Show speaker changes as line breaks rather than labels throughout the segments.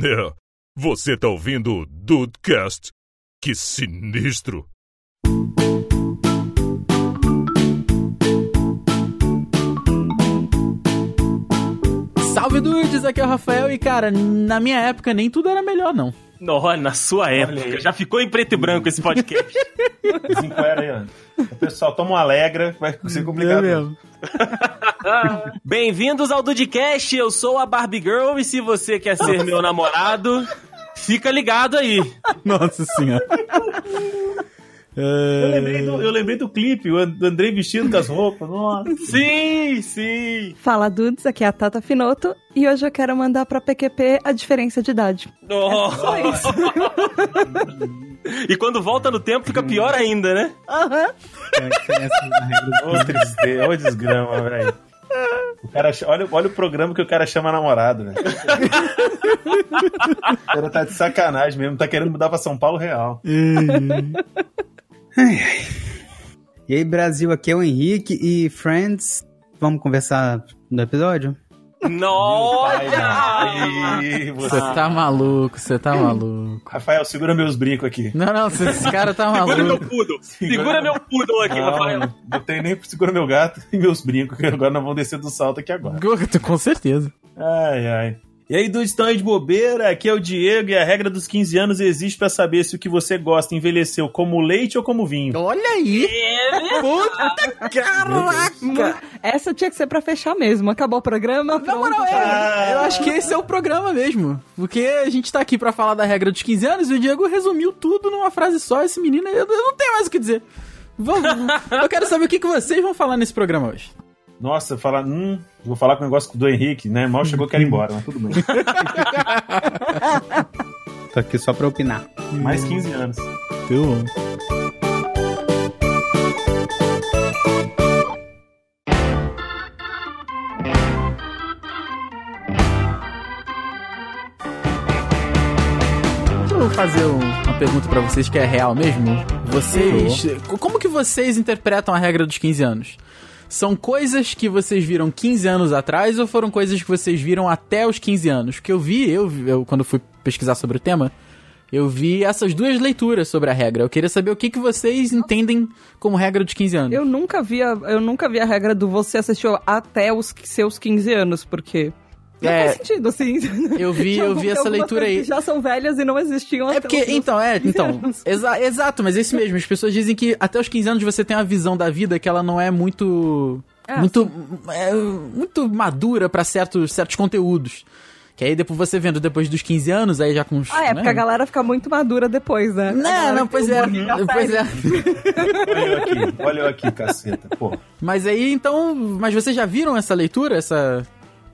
É, você tá ouvindo o Dudecast? Que sinistro!
Salve dudes, aqui é o Rafael e cara, na minha época nem tudo era melhor não.
Não, na sua época.
aí.
Já ficou em preto e branco esse podcast.
5 era aí, ó. O pessoal toma um Alegra, vai ser
É
complicado.
Ah. Bem-vindos ao Dudcast, eu sou a Barbie Girl e se você quer ser meu namorado, fica ligado aí.
Nossa senhora.
Eu lembrei, do, eu lembrei do clipe, o And- Andrei vestido com as roupas. Nossa.
Sim, sim.
Fala Dudes, aqui é a Tata Finoto e hoje eu quero mandar pra PQP a diferença de idade.
É Nossa. E quando volta no tempo fica pior ainda, né?
Aham.
Ô, tristeza, ô desgrama, velho. O cara, cha- olha, olha o programa que o cara chama namorado, velho. O cara tá de sacanagem mesmo, tá querendo mudar pra São Paulo real.
E aí, Brasil, aqui é o Henrique e Friends. Vamos conversar no episódio?
Nossa!
Aí, você.
Você tá maluco, você tá maluco.
Rafael, segura meus brincos aqui.
Não, não, cê- esse cara tá
Segura
maluco.
meu poodle. Segura meu poodle aqui, Rafael.
Não, não tem nem segura meu gato e meus brincos, que agora não vão descer do salto aqui agora.
Gordo, Com certeza.
Ai, ai. E aí, do estão aí de bobeira, aqui é o Diego e a regra dos 15 anos existe pra saber se o que você gosta envelheceu como leite ou como vinho.
Olha aí. Puta caraca.
Essa tinha que ser pra fechechar mesmo. Acabou o programa?
Na moral, é, eu acho que esse é o programa mesmo. Porque a gente tá aqui pra falar da regra dos 15 anos e o Diego resumiu tudo numa frase só. Esse menino, eu, eu não tenho mais o que dizer. Vamos, eu quero saber o que, que vocês vão falar nesse programa hoje.
Nossa, falar, hum, vou falar com o negócio do Henrique, né? Mal chegou, quero ir embora, mas tudo bem.
Tô aqui só pra opinar.
Mais 15 anos.
Deixa eu fazer um- uma pergunta pra vocês que é real mesmo. Vocês. Como que vocês interpretam a regra dos 15 anos? São coisas que vocês viram 15 anos atrás ou foram coisas que vocês viram até os 15 anos? Porque eu vi, eu, eu quando fui pesquisar sobre o tema, eu vi essas duas leituras sobre a regra. Eu queria saber o que, que vocês entendem como regra dos 15 anos.
Eu nunca vi a, eu nunca vi a regra do você assistiu até os qu- seus 15 anos, porque não
É.
faz sentido, assim.
Eu vi, eu
Algum-
vi essa
algumas
leitura
coisas
aí.
que já são velhas e não existiam
É
até
porque,
os meus
então, é,
15
então.
anos.
exa- exato, mas é isso mesmo. As pessoas dizem que até os 15 anos você tem uma visão da vida que ela não é muito.
É,
muito. é, muito madura pra certos, certos conteúdos. Que aí depois você vendo depois dos 15 anos, aí já com uns. né?
Ah, é, porque a galera fica muito madura depois, né? A
Não,
galera
não,
que tá
pois é. Pois é.
Olha eu aqui, olha eu aqui, caceta. Pô,
Mas aí então. Mas vocês já viram essa leitura? Essa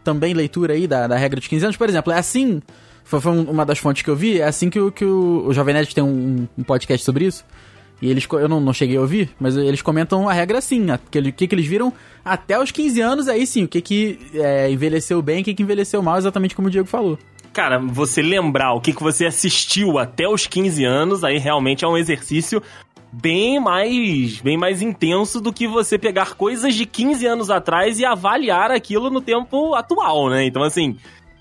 também leitura aí da, da regra dos 15 anos? Por exemplo, é assim. Foi, foi um- uma das fontes que eu vi. É assim que o, que o, o Jovem Nerd tem um, um podcast sobre isso. E eles. co- Eu não, não cheguei a ouvir, mas eles comentam a regra assim. a- que ele- O que, que eles viram até os 15 anos, aí sim. O que, que é, envelheceu bem, o que, que envelheceu mal, exatamente como o Diego falou.
Cara, você lembrar o que, que você assistiu até os 15 anos, aí realmente é um exercício bem mais bem mais intenso do que você pegar coisas de 15 anos atrás e avaliar aquilo no tempo atual, né? Então, assim,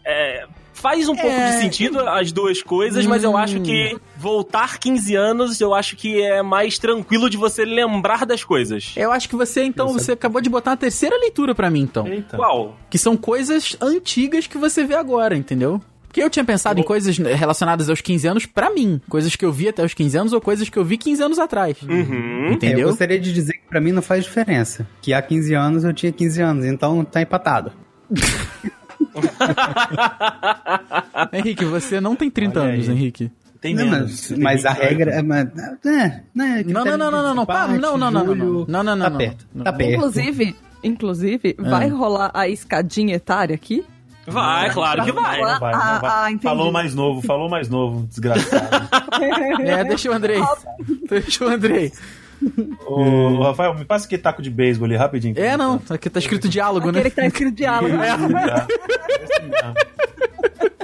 é, faz um pouco de sentido as duas coisas, mas eu
Hum.
acho que voltar 15 anos, eu acho que é mais tranquilo de você lembrar das coisas.
Eu acho que você, então, você acabou de botar uma terceira leitura pra mim, então.
eita.
Qual?
Que são coisas antigas que você vê agora, entendeu? Porque eu tinha pensado em coisas relacionadas aos 15 anos pra mim. Coisas que eu vi até os 15 anos ou coisas que eu vi 15 anos atrás.
Uhum.
É, Eu
Entendeu?
gostaria de dizer que pra mim não faz diferença. Que há 15 anos eu tinha 15 anos, então tá empatado.
Henrique, você não tem 30
Olha
anos,
aí.
Henrique.
Tem
Não,
menos.
mas, mas a regra. é, Mas, é, né,
Não, não, não, não, não, não, pá,
parte,
não, não, não, não,
julho,
não, não, não,
Tá
não.
perto,
Não.
tá perto.
Inclusive, inclusive,
Ah.
vai rolar a escadinha etária aqui?
Vai, tá claro que vai.
Vai.
Não vai, não vai.
Ah, ah, entendi.
falou mais novo, falou mais novo, desgraçado.
É, deixa o Andrei. deixa o Andrei.
Ô,
É.
Rafael, me passa aquele taco de beisebol ali rapidinho.
É, não. Aqui tá escrito diálogo,
Aquele
né?
que tá escrito diálogo.
Tá. É assim mesmo.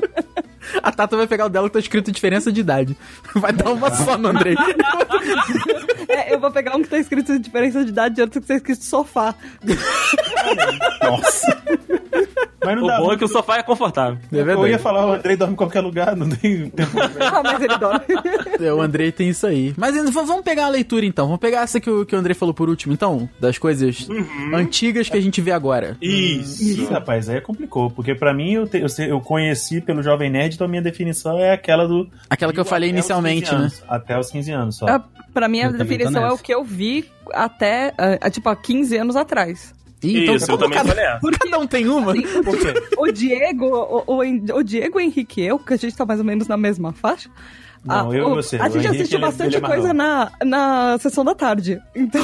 A Tata vai pegar o dela que tá escrito diferença de idade. Vai dar uma só no Andrei.
É, eu vou pegar um que tá escrito diferença de idade e outro que tá escrito sofá.
Nossa. Mas não
O
dá
bom é
muito.
que o sofá é confortável.
É
Eu ia
verdade.
falar, o Andrei dorme em qualquer lugar, não tem tempo.
Ah, mas ele dorme.
Tá.
É, O Andrei tem isso aí. Mas ainda- v- vamos pegar a leitura então. Vamos pegar essa que o, que o Andrei falou por último, então. Das coisas
Uhum.
antigas que a gente vê agora.
Isso.
Ih, rapaz, aí complicou, porque pra mim eu, te- eu, sei- eu conheci pelo Jovem Nerd, então a minha definição é aquela do.
Aquela que eu falei
até os 15
inicialmente, né?
anos, Até os 15 anos só.
Ah, pra mim, a
Eu também tô
definição é
nessa.
o que eu vi até, ah, tipo, há 15 anos atrás.
Ih, então,
Isso, eu
como
também
cada,
falei ah. essa.
por cada um tem uma?
Por quê?
O Diego, o, o, o Diego, o Henrique e eu, que a gente tá mais ou menos na mesma faixa. Ah,
Não, eu e
o-
você.
A
O
gente
Henrique,
assistiu
ele-
bastante
ele é
coisa
marrom.
na, na sessão da tarde. Então,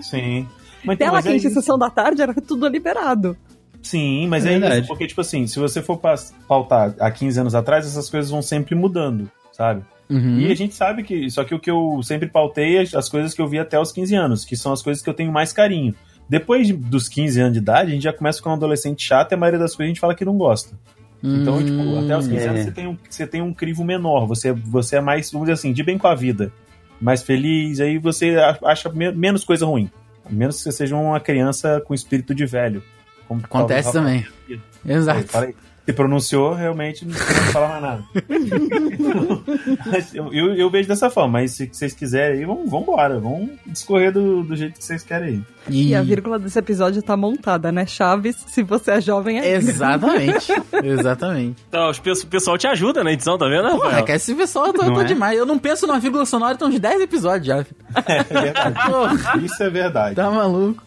Sim. Mas, então,
tela
mas é
quente,
isso.
sessão da tarde, era tudo liberado.
Sim, mas é,
Verdade.
isso, porque, tipo assim, se você for pas- pautar há 15 anos atrás, essas coisas vão sempre mudando, sabe?
Uhum.
E a gente sabe que. Só que o que eu sempre pautei é as coisas que eu vi até os 15 anos, que são as coisas que eu tenho mais carinho. Depois de- dos 15 anos de idade, a gente já começa a ficar um adolescente chato e a maioria das coisas a gente fala que não gosta. Então,
Hum,
tipo, até os 15
é.
anos você tem, um, você tem um crivo menor, você, você é mais, vamos dizer assim, de bem com a vida, mais feliz, aí você a- acha me- menos coisa ruim. A menos que você seja uma criança com espírito de velho. como
Acontece
talvez-
também. Exato.
Falei, se pronunciou, realmente não precisa falar mais nada. Então, mas eu, eu, eu vejo dessa forma, mas se vocês quiserem aí, vamos embora. Vamos discorrer do, do jeito que vocês querem aí.
E a vírgula desse episódio tá montada, né? Chaves, se você é jovem, é.
Exatamente, exatamente.
Então, os pe- o pessoal te ajuda na edição, tá vendo,
Porra,
Rafael?
que esse pessoal eu tô, eu
é? Não
tô
é?
demais. Eu não penso numa vírgula sonora, então uns 10 episódios já.
É verdade.
Porra,
Isso é verdade.
tá maluco.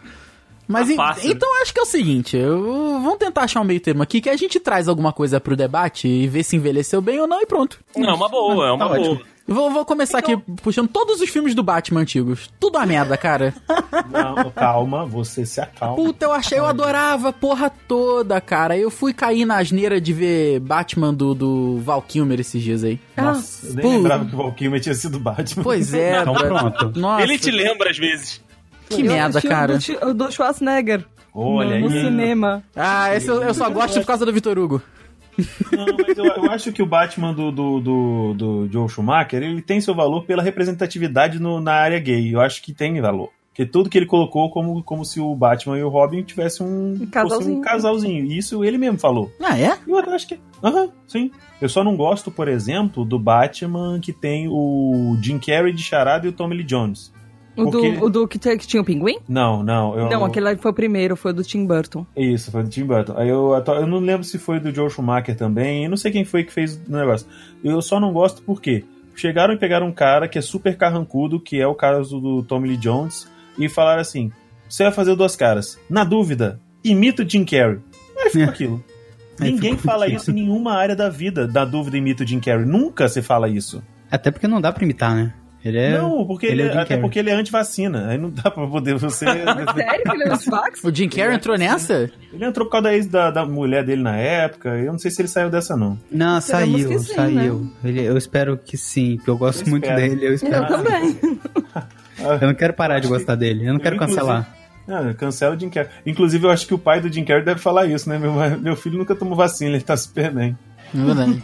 Mas
Tá
en-
fácil.
então acho que é o seguinte, eu, vamos tentar achar um meio termo aqui, que a gente traz alguma coisa pro debate e vê se envelheceu bem ou não e pronto.
Não, é uma boa, é uma
Tá
boa.
ótimo.
Eu vou, vou começar
Então
aqui puxando todos os filmes do Batman antigos. Tudo a merda, cara.
Não, calma, você se acalma.
Puta, eu achei, eu adorava a porra toda, cara. Eu fui cair na asneira de ver Batman do, do Val Kilmer esses dias aí.
Nossa, eu nem
puta.
lembrava que o Valkyrie tinha sido Batman.
Pois é,
Então
brother.
pronto.
Nossa,
Ele te lembra às vezes.
que
Eu
merda,
assisti o
cara.
Do, Sch- o do Schwarzenegger
Olha
no, no
aí.
cinema.
Ah, esse eu, eu só gosto por causa do Vitor Hugo.
Não, mas eu, eu acho que o Batman do, do, do, do Joel Schumacher, ele tem seu valor pela representatividade no- na área gay. Eu acho que tem valor. Porque tudo que ele colocou como, como se o Batman e o Robin tivessem um, fossem
casalzinho.
um casalzinho. E Isso ele mesmo falou.
Ah, é?
Eu até acho que. Aham, sim. Eu só não gosto, por exemplo, do Batman que tem o Jim Carrey de Charada e o Tommy Lee Jones.
O do,
Porque-
o do que, tinha- que tinha o pinguim?
Não, não. Eu,
Não, aquele lá foi o primeiro, foi o do Tim Burton.
Isso, foi do Tim Burton. Aí eu, ato- eu não lembro se foi do Joe Schumacher também, eu não sei quem foi que fez o negócio. Eu só não gosto porque chegaram e pegaram um cara que é super carrancudo, que é o caso do Tommy Lee Jones, e falaram assim: você vai fazer duas caras. Na dúvida, imita o Jim Carrey. Aí ficou
É.
aquilo.
Aí
Ninguém
ficou
fala
aquilo.
isso em nenhuma área da vida. Da dúvida, imita o Jim Carrey. Nunca se fala isso.
Até porque não dá pra imitar, né? Ele é.
não, porque
ele
ele,
é o Jim
até
Carrey.
porque ele é anti-vacina. Aí não dá pra poder você.
Sério que ele é um Vax?
O Jim Carrey entrou nessa?
ele entrou por causa da ex da, da mulher dele na época. Eu não sei se ele saiu dessa, não.
Não,
Esperamos
saiu,
que
né?
sim,
saiu. Ele- eu espero que sim, porque eu gosto
Eu
muito
espero.
dele. Eu
Ah.
Eu
espero. que sim.
também.
Eu não quero parar de gostar dele. Eu não quero
Eu,
cancelar.
é. Ah, cancela o Jim Carrey. Inclusive, eu acho que o pai do Jim Carrey deve falar isso, né? Meu, meu filho nunca tomou vacina, ele tá super bem.
é Verdade.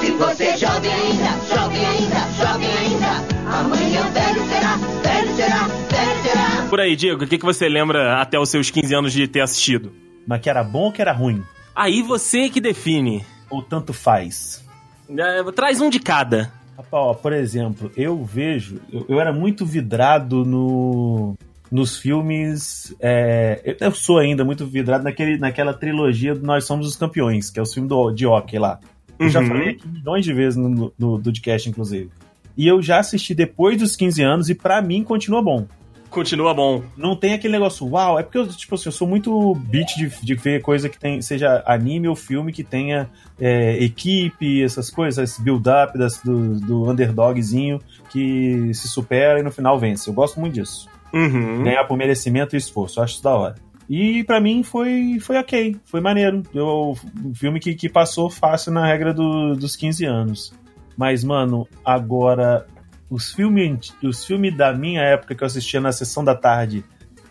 Se você é jovem ainda, jovem ainda, jovem ainda, amanhã velho será, velho será, velho será.
Por aí, Diego, o que, que você lembra até os seus 15 anos de ter assistido?
Mas que era bom ou que era ruim?
Aí você que define.
Ou tanto faz?
É, traz um de cada.
Rapaz, ó, por exemplo, eu vejo. Eu, eu era muito vidrado no, nos filmes. é, eu, eu sou ainda muito vidrado naquele, naquela trilogia do Nós Somos os Campeões, que é o filme do, de hockey lá. Eu já
Uhum.
falei aqui milhões de vezes no, no, no podcast, inclusive. E eu já assisti depois dos 15 anos e pra mim continua bom.
Continua bom.
não tem aquele negócio, uau, é porque eu, tipo assim, eu sou muito beat de, de ver coisa que tem, seja anime ou filme que tenha é, equipe, essas coisas, esse build-up das- do, do underdogzinho que se supera e no final vence. Eu gosto muito disso.
Uhum.
Ganhar por merecimento e esforço, eu acho isso da hora. E pra mim foi, foi ok, foi maneiro. Eu, um filme que, que passou fácil na regra do- dos 15 anos. Mas, mano, agora os filmes os filme da minha época que eu assistia na sessão da tarde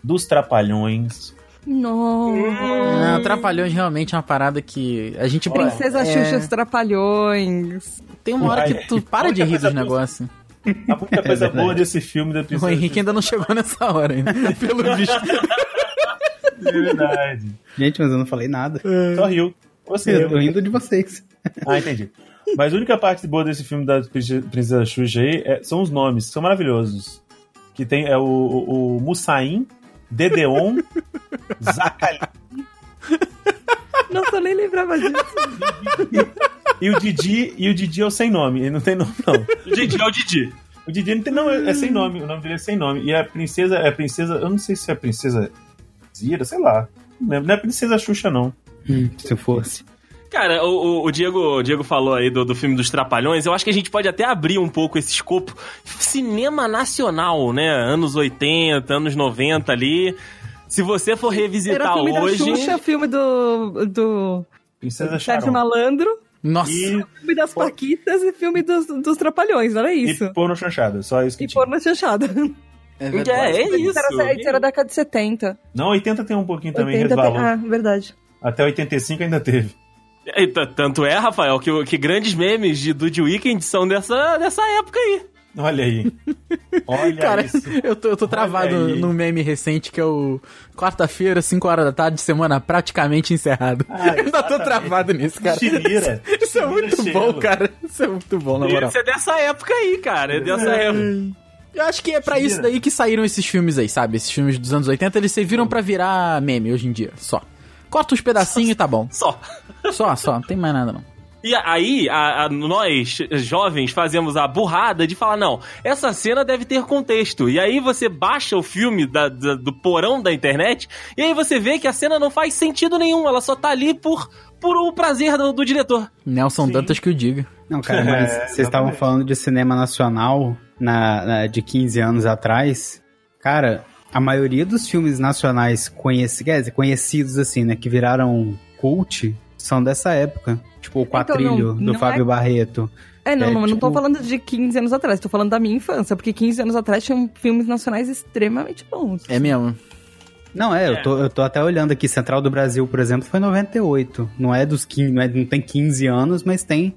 dos Trapalhões.
Não.
Não, Trapalhões realmente é uma parada que a gente brinca.
Princesa
É,
Xuxa, os Trapalhões.
Tem uma hora que tu para de rir dos
Coisa
negócios.
Há muita coisa
verdade.
boa desse filme da
O
Princesa
Henrique ainda não chegou nessa hora ainda, pelo visto.
É verdade.
Gente, mas eu não falei nada.
Só riu. Você
Eu tô rindo de vocês.
Ah, entendi. Mas a única parte boa desse filme da Prince- Princesa Xuxa aí é- são os nomes, que são maravilhosos. Que tem é o, o, o Mussain, Dedeon, Zacali
Nossa, eu nem lembrava disso.
e o Didi, e o Didi é o sem nome, ele não tem nome não.
Didi é o Didi.
O Didi não tem não, é, é sem nome, o nome dele é sem nome. E a princesa, é a princesa, eu não sei se é a princesa Zira, sei lá. Não lembro, não é a princesa Xuxa não.
Se eu fosse.
Cara, o, o- o Diego, o Diego falou aí do, do filme dos Trapalhões. Eu acho que a gente pode até abrir um pouco esse escopo. Cinema nacional, né? Anos 80, anos 90 ali. Se você for
Era
tá
revisitar
filme
hoje.
da Xuxa, filme do, do
Princesa Sharon.
Sérgio Malandro,
Nossa.
E,
filme das Paquitas e filme dos, dos Trapalhões, olha isso.
e porno chanchada, só isso que
E
tinha.
pôr na chanchada.
É
É, é isso.
Isso era, isso era da década de 70.
Não, 80 tem um pouquinho também
80 tem-
resvalou.
Ah, verdade.
Até 85 ainda teve.
E t- tanto é, Rafael, que, o- que grandes memes de do The Weeknd são dessa, dessa época aí.
Olha aí. Olha
Cara,
isso.
eu tô, eu tô
Olha
travado
aí.
num meme recente que é o quarta-feira, 5 horas da tarde, semana praticamente encerrada. eu ainda tô
Ah, exatamente.
travado nisso, cara.
Chinira.
Isso é muito
Chinira
bom,
Chelo.
cara. Isso é muito bom, na moral.
Isso é dessa época aí, cara. É dessa época.
Eu acho que é pra isso
Chinira.
daí que saíram esses filmes aí, sabe? Esses filmes dos anos 80, eles serviram pra virar meme hoje em dia, só. Corta uns pedacinhos e tá bom.
Só.
Só, só, não tem mais nada não.
E aí, a- a- nós, jovens, fazemos a burrada de falar, não, essa cena deve ter contexto. E aí você baixa o filme da- da- do porão da internet, e aí você vê que a cena não faz sentido nenhum, ela só tá ali por, por o prazer do, do diretor.
Nelson Dantas que o diga.
Não, cara, mas
É,
vocês estavam
exatamente.
falando de cinema nacional na, na- de 15 anos atrás. Cara, a maioria dos filmes nacionais conheci- quer dizer, conhecidos, assim, né, que viraram cult, são dessa época. Tipo, o Quatrilho,
Então, não-
do
não
Fábio
é-
Barreto.
É, não,
É,
não, não tô
tipo-
falando de 15 anos atrás, tô falando da minha infância, porque 15 anos atrás tinham filmes nacionais extremamente bons.
É mesmo.
Não, é, Eu, tô, eu tô até olhando aqui. Central do Brasil, por exemplo, foi 98. Não é dos 15, não, é- não tem 15 anos, mas tem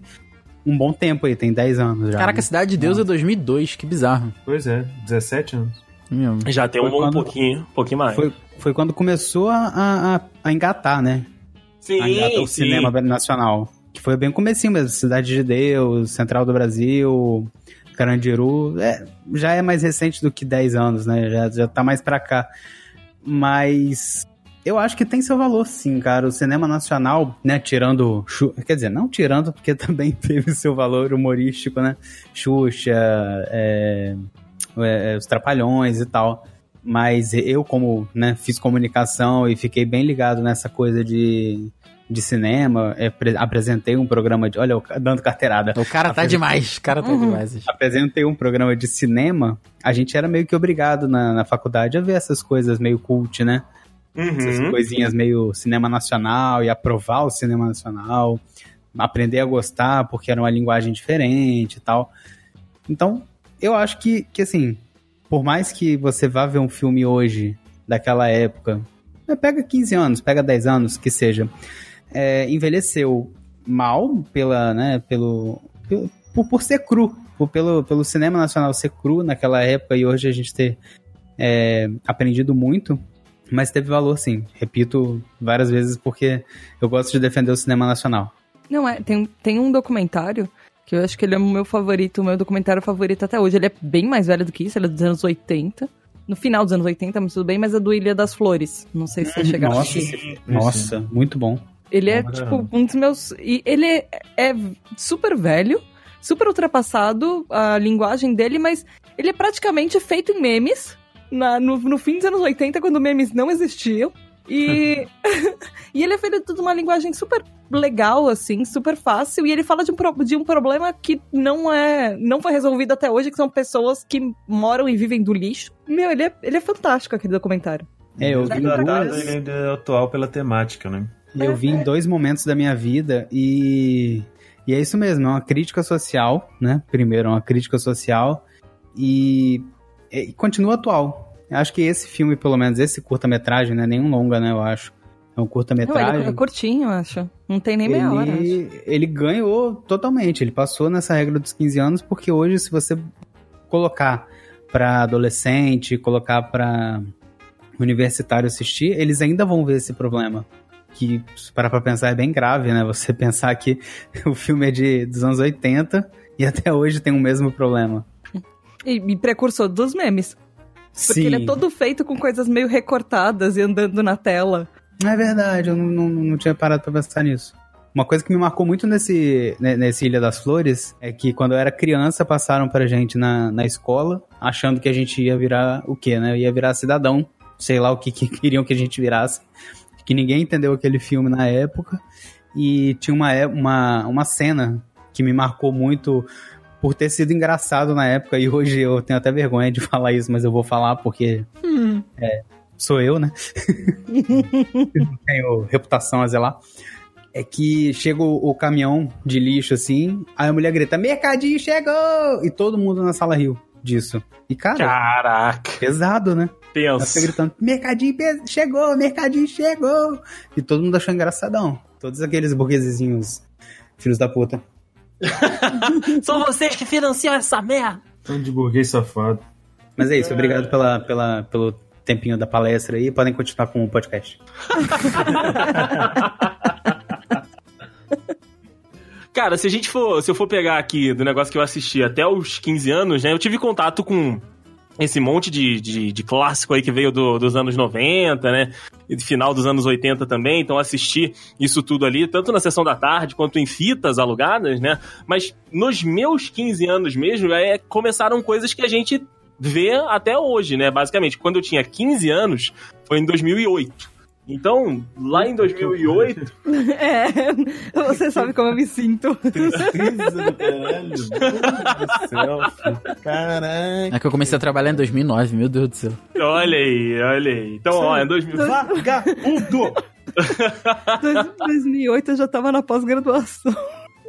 um bom tempo aí, tem 10 anos já.
Caraca,
né?
Cidade de Deus é 2002, que bizarro.
Pois é, 17 anos.
É mesmo.
Já tem um,
Foi
um
quando-
pouquinho, um pouquinho mais.
foi, foi quando começou a, a, a- a engatar, né?
Sim,
a engatar o cinema nacional. Que foi bem comecinho mesmo. Cidade de Deus, Central do Brasil, Carandiru. é, já é mais recente do que 10 anos, né? Já, já tá mais pra cá. Mas eu acho que tem seu valor, sim, cara. O cinema nacional, né? Tirando. Xu- Quer dizer, não tirando, porque também teve seu valor humorístico, né? Xuxa, é, é, os Trapalhões e tal. Mas eu, como né, fiz comunicação e fiquei bem ligado nessa coisa de, de cinema, é, pre- apresentei um programa de. Olha, eu ca- dando carteirada.
O cara tá
Apesar-
demais, o cara tá
Uhum.
demais.
Apresentei um programa de cinema, a gente era meio que obrigado na, na faculdade a ver essas coisas meio cult, né? Essas
Uhum.
coisinhas meio cinema nacional e aprovar o cinema nacional, aprender a gostar porque era uma linguagem diferente e tal. Então, eu acho que, que assim, por mais que você vá ver um filme hoje daquela época, né, pega 15 anos, pega 10 anos, que seja, é, envelheceu mal pela, né, pelo, pelo- por, por ser cru, por- pelo, pelo cinema nacional ser cru naquela época e hoje a gente ter é, aprendido muito, mas teve valor sim. Repito várias vezes porque eu gosto de defender o cinema nacional.
Não, é, tem, tem um documentário que eu acho que ele é o meu favorito, o meu documentário favorito até hoje. Ele é bem mais velho do que isso, ele é dos anos 80. No final dos anos 80, mas tudo bem, mas é do Ilha das Flores. Não sei se você chegaram a
É, Nossa,
assistir.
é
esse- nossa, muito bom.
Ele é,
Bom pra
tipo,
caramba.
um dos meus. E ele é, é super velho, super ultrapassado a linguagem dele, mas ele é praticamente feito em memes. na- no, no fim dos anos 80, quando memes não existiam. E, e ele é feito de uma linguagem super legal, assim, super fácil. E ele fala de um, pro- de um problema que não é não foi resolvido até hoje, que são pessoas que moram e vivem do lixo. Meu, ele é, ele é fantástico aquele documentário.
É, eu vi
Datado,
duas-
tá ele ainda é atual pela temática, né?
Eu vi em dois momentos da minha vida e, e é isso mesmo, é uma crítica social, né? Primeiro, é uma crítica social e, e continua atual. Eu acho que esse filme, pelo menos esse curta-metragem, né? Nenhum longa, né? Eu acho. É
Não, ele é
um
cu-
curta-metragem.
é curtinho, eu acho. Não tem nem meia hora. acho.
ele, ele ganhou totalmente. Ele passou nessa regra dos 15 anos, porque hoje, se você colocar pra adolescente, colocar pra universitário assistir, eles ainda vão ver esse problema. Que, se parar pra pensar, é bem grave, né? Você pensar que o filme é de, dos anos 80 e até hoje tem o mesmo problema.
E, e precursor dos memes. Porque
Sim.
ele é todo feito com coisas meio recortadas e andando na tela.
É verdade, eu não, não, não tinha parado pra pensar nisso. Uma coisa que me marcou muito nesse, né, nesse Ilha das Flores é que quando eu era criança passaram pra gente na, na escola, achando que a gente ia virar o quê, né? Ia virar cidadão, sei lá o que, que queriam que a gente virasse, que ninguém entendeu aquele filme na época. E tinha uma, é- uma, uma cena que me marcou muito por ter sido engraçado na época, e hoje eu tenho até vergonha de falar isso, mas eu vou falar porque
Hum.
sou eu, né? Não tenho reputação a zelar. É que chega o, o caminhão de lixo assim, aí a mulher grita: Mercadinho chegou! E todo mundo na sala riu disso. E cara,
Caraca,
pesado, né? Ela fica
tenso.
gritando: Mercadinho pe- chegou! Mercadinho chegou! E todo mundo achou engraçadão. Todos aqueles burguesezinhos, filhos da puta.
São vocês que financiam essa merda.
Tanto de burguês safado.
Mas é isso, obrigado pela, pela, pelo tempinho da palestra aí. Podem continuar com o podcast.
Cara, se a gente for, se eu for pegar aqui do negócio que eu assisti até os 15 anos, né? Eu tive contato com esse monte de, de, de clássico aí que veio do- dos anos 90, né? E do final dos anos 80 também, então eu assisti isso tudo ali, tanto na sessão da tarde quanto em fitas alugadas, né? Mas nos meus 15 anos mesmo, é, começaram coisas que a gente vê até hoje, né? Basicamente, quando eu tinha 15 anos, foi em 2008. Então, lá em 2008,
É, você sabe como eu me sinto.
Tristeza do caralho. Meu Deus do céu. filho. Caraca.
É que eu comecei a trabalhar em 2009, meu Deus do céu.
Olha aí, olha aí. Então, ó, é 2000.
Vagabundo!
Dois- 2008 eu já tava na pós-graduação.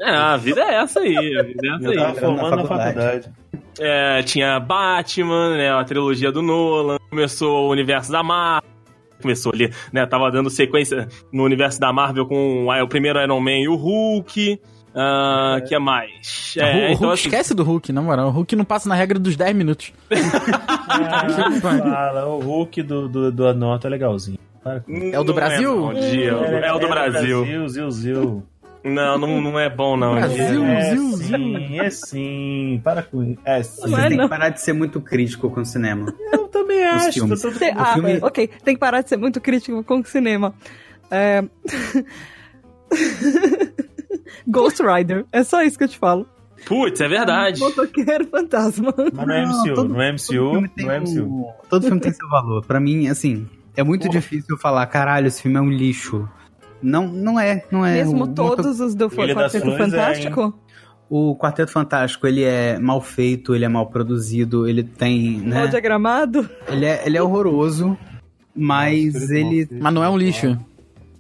É, a vida é essa aí, a vida é essa
Eu
aí.
tava
na
formando na
faculdade.
faculdade.
É, tinha Batman, né, a trilogia do Nolan, começou o universo da Marvel, começou ali, né, tava dando sequência no universo da Marvel com o, o primeiro Iron Man e o Hulk, ah, que é mais?
O Hulk,
É, então, assim,
esquece do Hulk, na moral. O Hulk não passa na regra dos 10 minutos. Que pariu.
Ah, Fala, o Hulk do, do, do Anota é legalzinho. Para com isso.
É o do
não
Brasil?
não, Gil. É, o do Brasil.
Brasil, Zil, Zil.
Não, não, não é bom não.
Brasil.
Gil.
é
Zil, Zil.
sim, é sim. Para com isso. É sim.
Não é,
Você tem
não.
que parar de ser muito crítico com o cinema.
Eu também
Os
acho.
filmes.
tá todo-
Tem- ah,
filme-
ok. Tem que parar de ser muito crítico com o cinema. É... Ghost Rider. É só isso que eu te falo.
Putz, é verdade.
Motoqueiro fantasma.
Mas não é
Não,
MCU,
todo-
não é
todo
MCU,
filme tem
não é MCU.
um- Todo filme tem seu valor. Pra mim, assim, é muito
Porra.
difícil eu falar, caralho, esse filme é um lixo. Não, não é, não é.
Mesmo
o,
todos os do
Ilha das
Quarteto
Flores é,
Fantástico.
O Quarteto Fantástico, ele é mal feito, ele é mal produzido, ele tem, né?
Mal diagramado.
Ele é, ele é horroroso, mas ele...
Mas não é um lixo.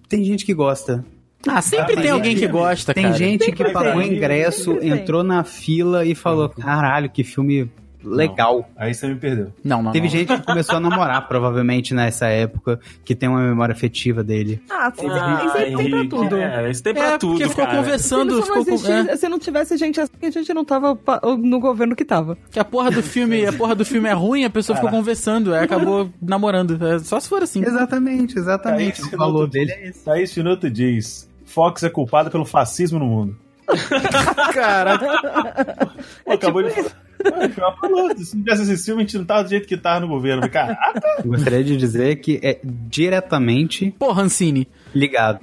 Tem gente que gosta.
Ah, sempre
mas
tem alguém
aí-
que gosta,
é Tem
cara.
gente
Sempre
que pagou
tem.
ingresso,
Sempre tem.
entrou na fila e falou, caralho, que filme legal.
Aí você me perdeu.
Não, não,
Teve
não.
gente que começou a namorar, provavelmente, nessa época, que tem uma memória afetiva dele.
Ah,
Ah,
sempre tem pra
Henrique,
tudo.
É, isso tem pra
É,
tudo,
porque ficou
cara.
Se não,
conversando, ficou con- é.
existisse- se não tivesse gente assim, a gente não tava pa- no governo que tava.
que a porra do filme, a porra do filme é ruim, a pessoa ficou conversando, aí acabou namorando. É, só se for assim.
Exatamente, exatamente.
Aí,
o valor
outro
dele
dia-
é esse.
Thaís Finoto diz: Fox é culpada pelo fascismo no mundo.
Cara,
É
Pô, acabou
tipo
de falar. Ela falou, Se não tivesse esse filme, a gente não tava do jeito que tava no governo. Caraca,
Eu Gostaria de dizer que é diretamente
porra, Ancine.
ligado.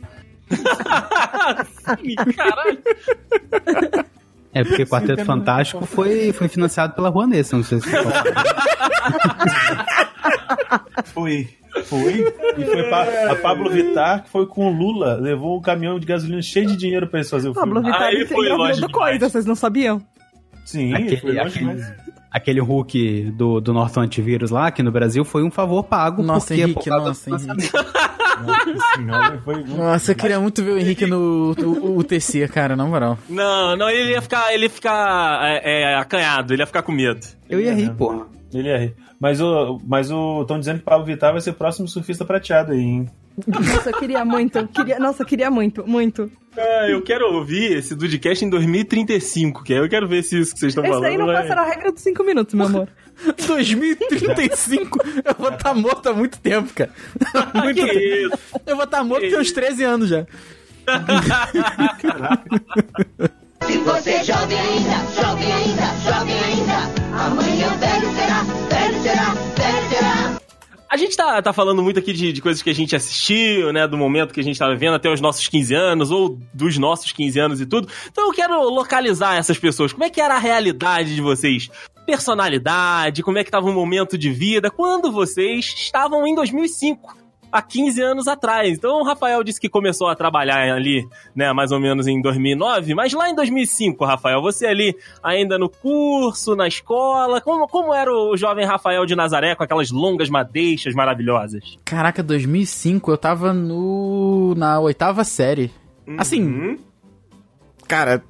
Caralho.
É porque Quarteto Fantástico foi, foi financiado pela Ruanessa, não sei se você sabe.
foi. Foi. E foi pa- a Pablo Vittar, que foi com o Lula, levou um caminhão de gasolina cheio de dinheiro pra eles fazer o
Pablo
filme.
Vittar
Aí foi
entendeu
longe
mil
demais.
coisa, vocês não sabiam?
Sim, foi
aquele,
longe
aquele,
demais.
aquele Hulk do, do Norton Antivírus lá, aqui no Brasil, foi um favor pago.
Nossa,
porque,
Henrique,
por causa
nossa,
do lançamento.
Nossa senhora, foi muito-
Nossa, eu queria muito ver o Henrique no o- o UTC, cara, na moral.
Não, não, ele ia ficar, ele ia ficar é, é, acanhado, ele ia ficar com medo.
Eu ia rir, porra.
é. Ele é. Mas o. Mas o. Estão dizendo que Pablo Vittar vai ser o próximo surfista prateado aí, hein?
Nossa, eu queria muito. eu Queria... Nossa, eu queria muito, muito.
Ah, eu quero ouvir esse Dudcast em 2035, que aí eu quero ver se isso que vocês estão
Esse
falando.
daí não
Tá vai-
passa na regra dos 5 minutos, meu amor.
2035, eu vou estar morto há muito tempo, cara. Muito
Ah, Que
tempo.
isso?
Eu vou estar morto
Que
até uns
isso?
13 anos já.
Se você é jovem ainda, jovem ainda, jovem ainda, amanhã velho será, velho será, velho será.
A gente tá, tá falando muito aqui de, de coisas que a gente assistiu, né? Do momento que a gente tá vivendo até os nossos 15 anos, ou dos nossos 15 anos e tudo. Então eu quero localizar essas pessoas. Como é que era a realidade de vocês? Personalidade, como é que tava o momento de vida, quando vocês estavam em 2005, há 15 anos atrás. Então o Rafael disse que começou a trabalhar ali, né, mais ou menos em 2009, mas lá em 2005, Rafael, você ali ainda no curso, na escola? Como, como era o jovem Rafael de Nazaré com aquelas longas madeixas maravilhosas?
Caraca, 2005, eu tava no na oitava série. Assim,
Uhum.
Cara,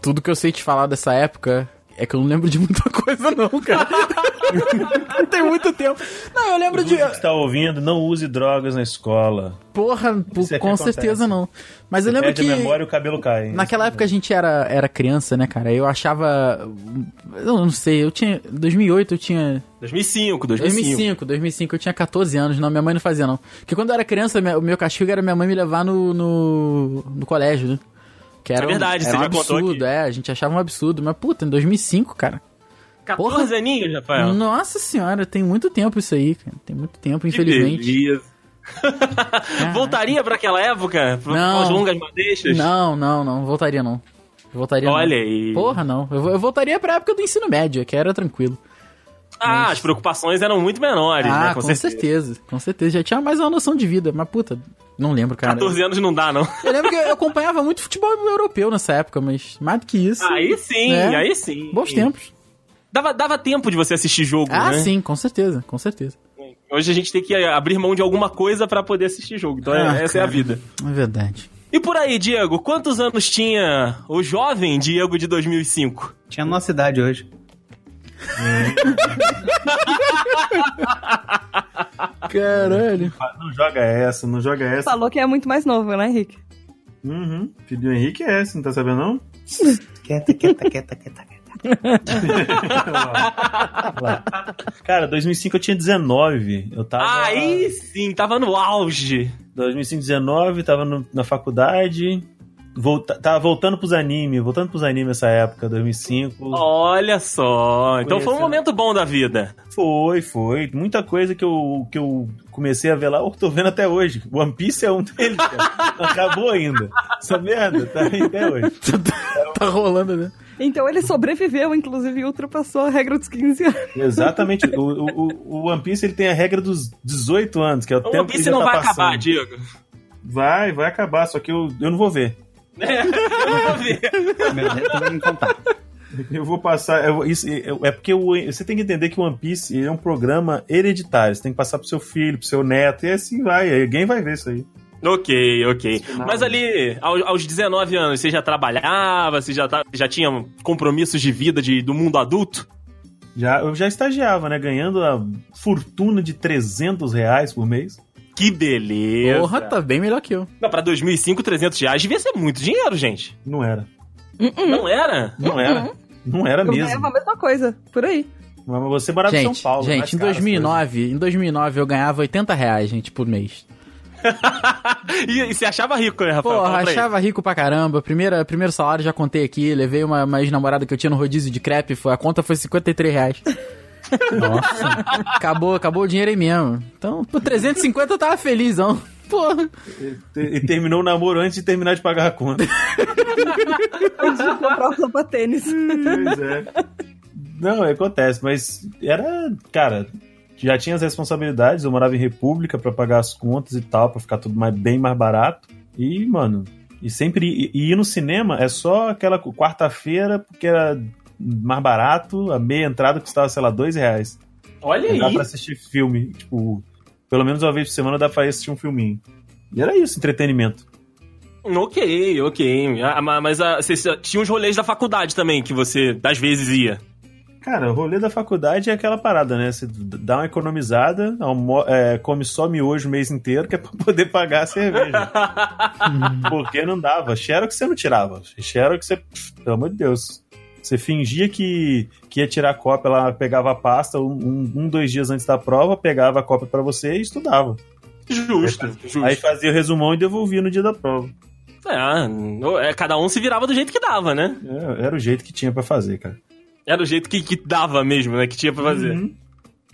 tudo que eu sei te falar dessa época é que eu não lembro de muita coisa, não, cara. Tem muito tempo. Não, eu lembro de.
Você que está ouvindo, não use drogas na escola.
Porra, pô,
Isso é que
com
acontece.
certeza não. Mas eu lembro
Perde
que.
a memória né? e o cabelo cai.
Naquela época a gente era, era criança, né, cara? Eu achava. Eu não sei, eu tinha. 2008 eu tinha.
2005, 2005.
2005, 2005 eu tinha 14 anos, não, minha mãe não fazia não. Porque quando eu era criança, minha- o meu castigo era minha mãe me levar no, no, no colégio, né? Que era um-
É verdade,
era
você
um
já contou
absurdo,
aqui.
é, a gente achava um absurdo, mas puta, em 2005, cara.
14
Porra.
aninhos, Rafael.
Nossa senhora, tem muito tempo isso aí, cara. Tem muito tempo, infelizmente.
Que beleza. Voltaria pra aquela época? Pra-
Não.
Com as longas madeixas?
Não, não, não, voltaria não. Voltaria não.
Olha aí.
Porra, não. Eu, eu voltaria pra época do ensino médio, é que era tranquilo.
Ah, as preocupações eram muito menores,
ah,
né?
com, certeza. Com certeza. Já tinha mais uma noção de vida, mas puta, não lembro, cara.
14 anos não dá, não.
Eu lembro que eu acompanhava muito futebol europeu nessa época, mas mais do que isso.
Aí sim,
É.
aí sim.
Bons tempos.
Dava, dava tempo de você assistir jogo,
Ah,
né?
sim, com certeza, com certeza.
Hoje a gente tem que abrir mão de alguma coisa pra poder assistir jogo. Então é-
Ah,
essa é a
cara.
vida.
É verdade.
E por aí, Diego, quantos anos tinha o jovem Diego de 2005?
Tinha nossa idade hoje.
Caralho.
Não joga essa, não joga essa.
Falou que é muito mais novo, né, Henrique?
Uhum. Filho do Henrique é essa, não tá sabendo não?
Quieta, quieta, quieta, quieta. quieta.
Cara, 2005 eu tinha 19. Eu tava.
Aí sim, tava no auge.
2005, 19, tava no- na faculdade. Volta, tava voltando pros anime, voltando pros anime essa época, 2005.
Olha só. Então foi um
Conheceu.
momento bom da vida.
Foi, foi. Muita coisa que eu, que eu comecei a ver lá, eu tô vendo até hoje. One Piece é um deles, cara. Não acabou ainda. Essa merda tá aí até hoje.
tá rolando, né?
Então ele sobreviveu, inclusive, e ultrapassou a regra dos 15 anos.
Exatamente. O, o, o- o One Piece ele tem a regra dos 18 anos, que é o,
O
tempo
One
que
Piece
já
não
tá
vai
passando.
acabar, Diego.
Vai, vai acabar, só que eu, eu não vou ver.
Eu vou ver.
Meu Deus, tu vai me contar.
Eu vou passar. eu vou- isso, eu- é porque o- você tem que entender que o One Piece ele é um programa hereditário. Você tem que passar pro seu filho, pro seu neto, e assim vai. aí Alguém vai ver isso aí.
ok, ok. Mas
né?
ali, ao- aos, 19 anos, você já trabalhava, você já, tá- já tinha compromissos de vida de, do mundo adulto?
Já, eu já estagiava, né? Ganhando a fortuna de 300 reais por mês.
Que beleza.
Porra, tá bem melhor que eu.
Não, pra 2005, 300 reais devia ser muito dinheiro, gente.
Não era.
Uhum.
Não era?
Não era. Não era
Uhum. Eu
É mesmo.
ganhava a É mesma coisa, por aí.
Mas você morava em
gente,
São Paulo. né? mais
gente, em
caro as
2009, em 2009 eu ganhava 80 reais, gente, por mês.
E, e você achava rico, né, Rafael?
Porra,
Fala pra ele.
achava rico pra caramba. Primeira, primeiro salário, já contei aqui. Levei uma, uma ex-namorada que eu tinha no rodízio de crepe. Foi, a conta foi 53 reais. Nossa. acabou, acabou o dinheiro aí mesmo. Então, por 350 eu tava felizão. Porra.
coisas. E terminou o namoro antes de terminar de pagar a conta.
Antes de comprar o sapatênis.
Pois é. Não, acontece, mas era, cara, já tinha as responsabilidades, eu morava em república pra pagar as contas e tal, pra ficar tudo mais, bem mais barato. E, mano, e sempre e, e ir no cinema é só aquela cu- quarta-feira, porque era mais barato, a meia entrada custava, sei lá, dois reais.
Olha
E dá
aí.
pra assistir filme, tipo, pelo menos uma vez por semana dá pra assistir um filminho. E era isso, entretenimento.
Ok, ok. Ah, ma- mas ah, você- você tinha os rolês da faculdade também, que você, às vezes, ia.
Cara, o rolê da faculdade é aquela parada, né? Você dá uma economizada, almo- é, come só miojo o mês inteiro, que é pra poder pagar a cerveja. Porque não dava. Xerox você não tirava. Xerox você... pff, Pelo amor de Deus. Você fingia que, que ia tirar a cópia, ela pegava a pasta um, um- um, dois dias antes da prova, pegava a cópia pra você e estudava.
Justo, justo.
É, tá. Aí fazia o resumão e devolvia no dia da prova.
É, é, cada um se virava do jeito que dava, né?
É, era o jeito que tinha pra fazer, cara.
Era o jeito que, que dava mesmo, né? Que tinha pra fazer.
Uhum.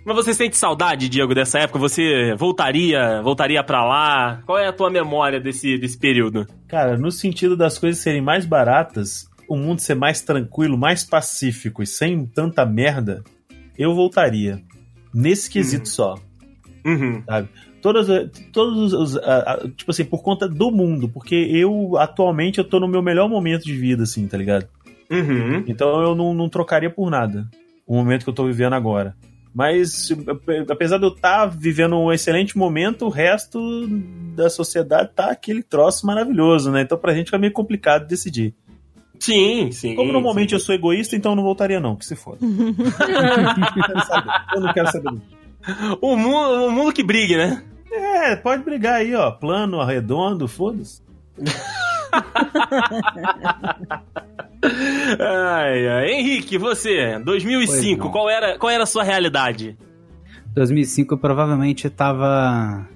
Mas você sente saudade, Diego, dessa época? Você voltaria, voltaria pra lá? Qual é a tua memória desse, desse período?
Cara, no sentido das coisas serem mais baratas, o mundo ser mais tranquilo, mais pacífico e sem tanta merda, eu voltaria. Nesse quesito só.
Uhum.
Todas, todos os. a- a- tipo assim, por conta do mundo. Porque eu, atualmente, eu tô no meu melhor momento de vida, assim, tá ligado?
Uhum.
Então eu não, não trocaria por nada o momento que eu tô vivendo agora. Mas, ape- apesar de eu estar vivendo um excelente momento, o resto da sociedade tá aquele troço maravilhoso, né? Então pra gente fica meio complicado decidir.
Sim, sim.
Como normalmente
sim.
eu sou egoísta, então eu não voltaria não, que se foda. eu, não quero saber. eu não quero saber.
O mundo, o mundo que brigue, né?
É, pode brigar aí, ó. Plano, arredondo, foda-se.
Ai, ai. Henrique, você, 2005,
Pois não.
qual era, qual era a sua realidade?
2005 eu provavelmente estava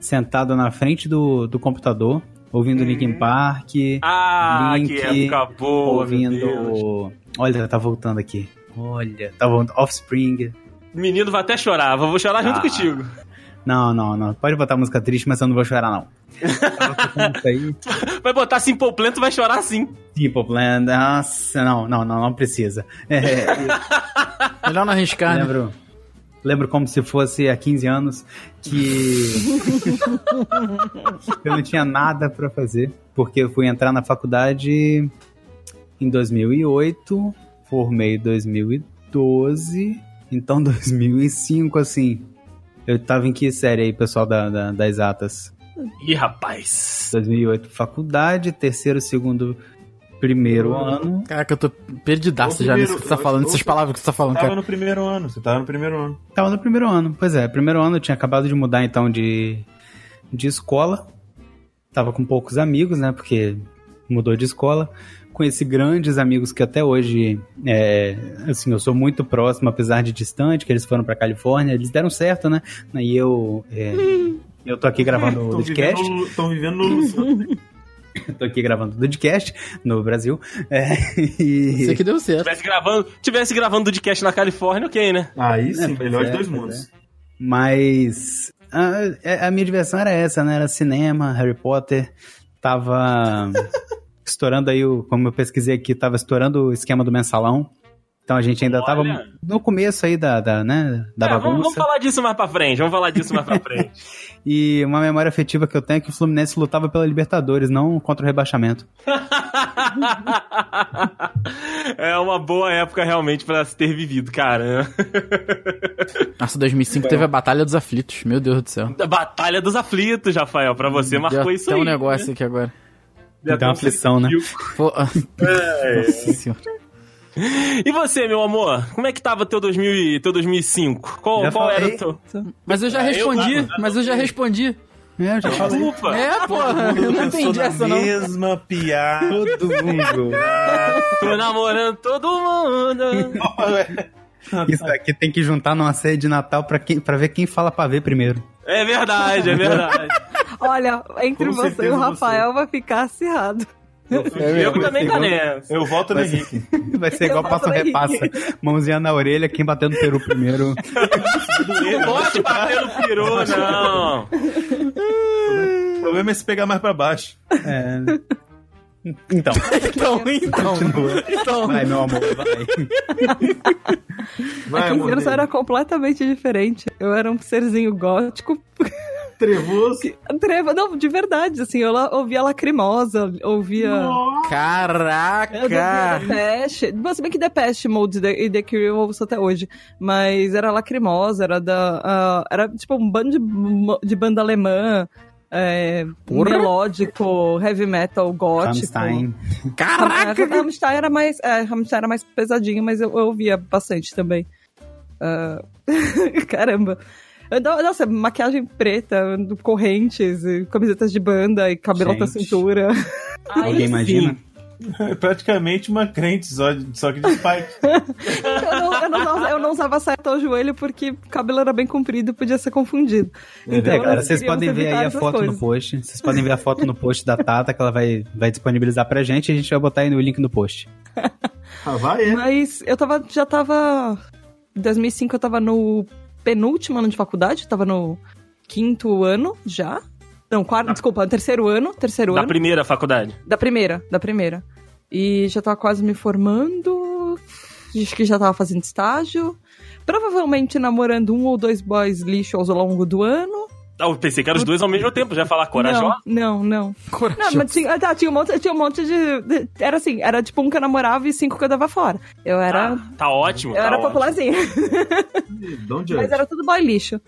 sentado na frente do, do computador, ouvindo Linkin
Uhum.
Park,
Ah,
Link,
que época boa, Oh, meu Deus.
ouvindo... Olha, tá voltando aqui. Olha, tá voltando. Offspring.
Menino vai até chorar, vou vou chorar junto
Ah.
contigo.
Não, não, não. Pode botar música triste, mas eu não vou chorar, não. Tava tocando isso aí.
Vai botar Simple Plan, tu vai chorar sim.
Tipo, Plan. Nossa, não, não, não, não precisa. É,
Melhor não arriscar, né?
Lembro, lembro como se fosse há 15 anos que eu não tinha nada pra fazer, porque eu fui entrar na faculdade em 2008, formei em 2012, então 2005, assim. Eu tava em que série aí, pessoal da, da- das atas?
Ih, rapaz.
2008, faculdade, terceiro, segundo, primeiro ano.
Caraca, eu tô perdidaço
Ou
já
primeiro,
nisso que você tá
ou-
falando,
ou-
essas palavras que você tá falando,
Tava
cara.
no primeiro ano, você tava no primeiro ano.
Tava no primeiro ano, pois é. Primeiro ano eu tinha acabado de mudar então de, de escola. Tava com poucos amigos, né? Porque mudou de escola. Conheci grandes amigos que até hoje, é, assim, eu sou muito próximo, apesar de distante, que eles foram pra Califórnia. Eles deram certo, né? E eu, é, eu tô aqui gravando o
Tão
podcast.
vivendo, no- tão vivendo no...
Eu tô aqui gravando o podcast no Brasil. É, e-
Sei que deu certo.
Tivesse gravando, tivesse gravando podcast na Califórnia, ok, né?
Aí
É,
sim,
pois
melhor
é,
de dois
pois
mundos.
Mas a, a minha diversão era essa, né? Era cinema, Harry Potter. Tava estourando aí, o, como eu pesquisei aqui, tava estourando o esquema do mensalão. Então a gente ainda tava
Olha.
no começo aí da, da, né, da
É,
bagunça.
vamos, vamos falar disso mais pra frente, vamos falar disso mais pra frente.
E uma memória afetiva que eu tenho é que o Fluminense lutava pela Libertadores, não contra o rebaixamento.
é uma boa época realmente pra se ter vivido, cara.
Nossa, 2005 teve a Batalha dos Aflitos, meu Deus do céu.
Da Batalha dos Aflitos, Rafael, pra você,
Hum,
marcou
Deu
Ah, isso
até
aí. né?
um negócio aqui agora.
Deu até
Deu uma
um
aflição, né?
frio.
Pô,
É.
Nossa senhora.
E você, meu amor? Como é que tava teu, 2000, e- teu 2005? Qual,
Já
qual era
falei.
o teu...
Mas
É,
eu já respondi, mas eu já respondi.
É, eu já falo
Desculpa!
É, porra, eu não entendi essa não.
mesma piada.
todo mundo.
Tô namorando todo mundo!
Isso aqui tem que juntar numa ceia de Natal pra, quem, pra ver quem fala pra ver primeiro.
É verdade, é verdade.
Olha, entre
Com
você e
certeza
o Rafael vai ficar acirrado. É
Eu também tá
Igual-
nessa.
Eu volto no
Mas-
Henrique.
Vai ser igual
Eu
passa ou
falei.
repassa. Mãozinha na orelha, quem bateu no peru primeiro.
Não pode bater no peru, não!
O problema é se pegar mais pra baixo.
É. Então,
Então, então,
continua.
então.
Vai, meu amor, vai.
Vai,
Há 15 anos eu
amor.
era completamente diferente. Eu era um serzinho gótico.
Trevoso.
Treva, não, de verdade, assim, eu la- ouvia Lacrimosa, ouvia...
É,
Eu
Caraca!
ouvia Depeche. Bom, se bem que Depeche Mode e The- e The Cure eu ouço até hoje. Mas era Lacrimosa, era da... ah, era tipo um bando de, mo- de banda alemã. é,
Porra.
melódico, heavy metal, gótico.
Rammstein.
Caraca! Rammstein era mais, é, Rammstein era mais pesadinho, mas eu, eu ouvia bastante também. Ah, caramba. Eu dou- Nossa, maquiagem preta, correntes, e camisetas de banda e cabelo até a
Gente.
cintura.
Alguém imagina?
É praticamente uma crente, só, só que de spike.
Eu não, eu não- eu não usava saia até o joelho porque o cabelo era bem comprido e podia ser confundido. Então,
É, cara,
nós
vocês
queríamos
podem ver
evitar
aí a
essas
foto no
coisas.
post. Vocês podem ver a foto no post da Tata que ela vai, vai disponibilizar pra gente e a gente vai botar aí no link do post.
Ah, vai, é.
Mas eu tava, já tava. Em 2005 eu tava no penúltimo ano de faculdade, eu tava no quinto ano já. Não, quarto, desculpa, no terceiro ano. Terceiro
Da
ano.
primeira faculdade.
Da primeira, da primeira. E já tava quase me formando. Acho que já tava fazendo estágio. Provavelmente namorando um ou dois boys lixo ao longo do ano.
Ah, eu pensei que eram os dois ao mesmo tempo, já ia falar corajosa.
Não, não, não. Não,
Corajoso.
mas tinha, ah, tá, tinha um monte, tinha um monte de, de- Era assim, era tipo um que eu namorava e cinco que eu dava fora. Eu era.
Ah, tá ótimo.
eu
tá
era
ótimo.
popularzinha.
Don't
Mas era tudo boy lixo.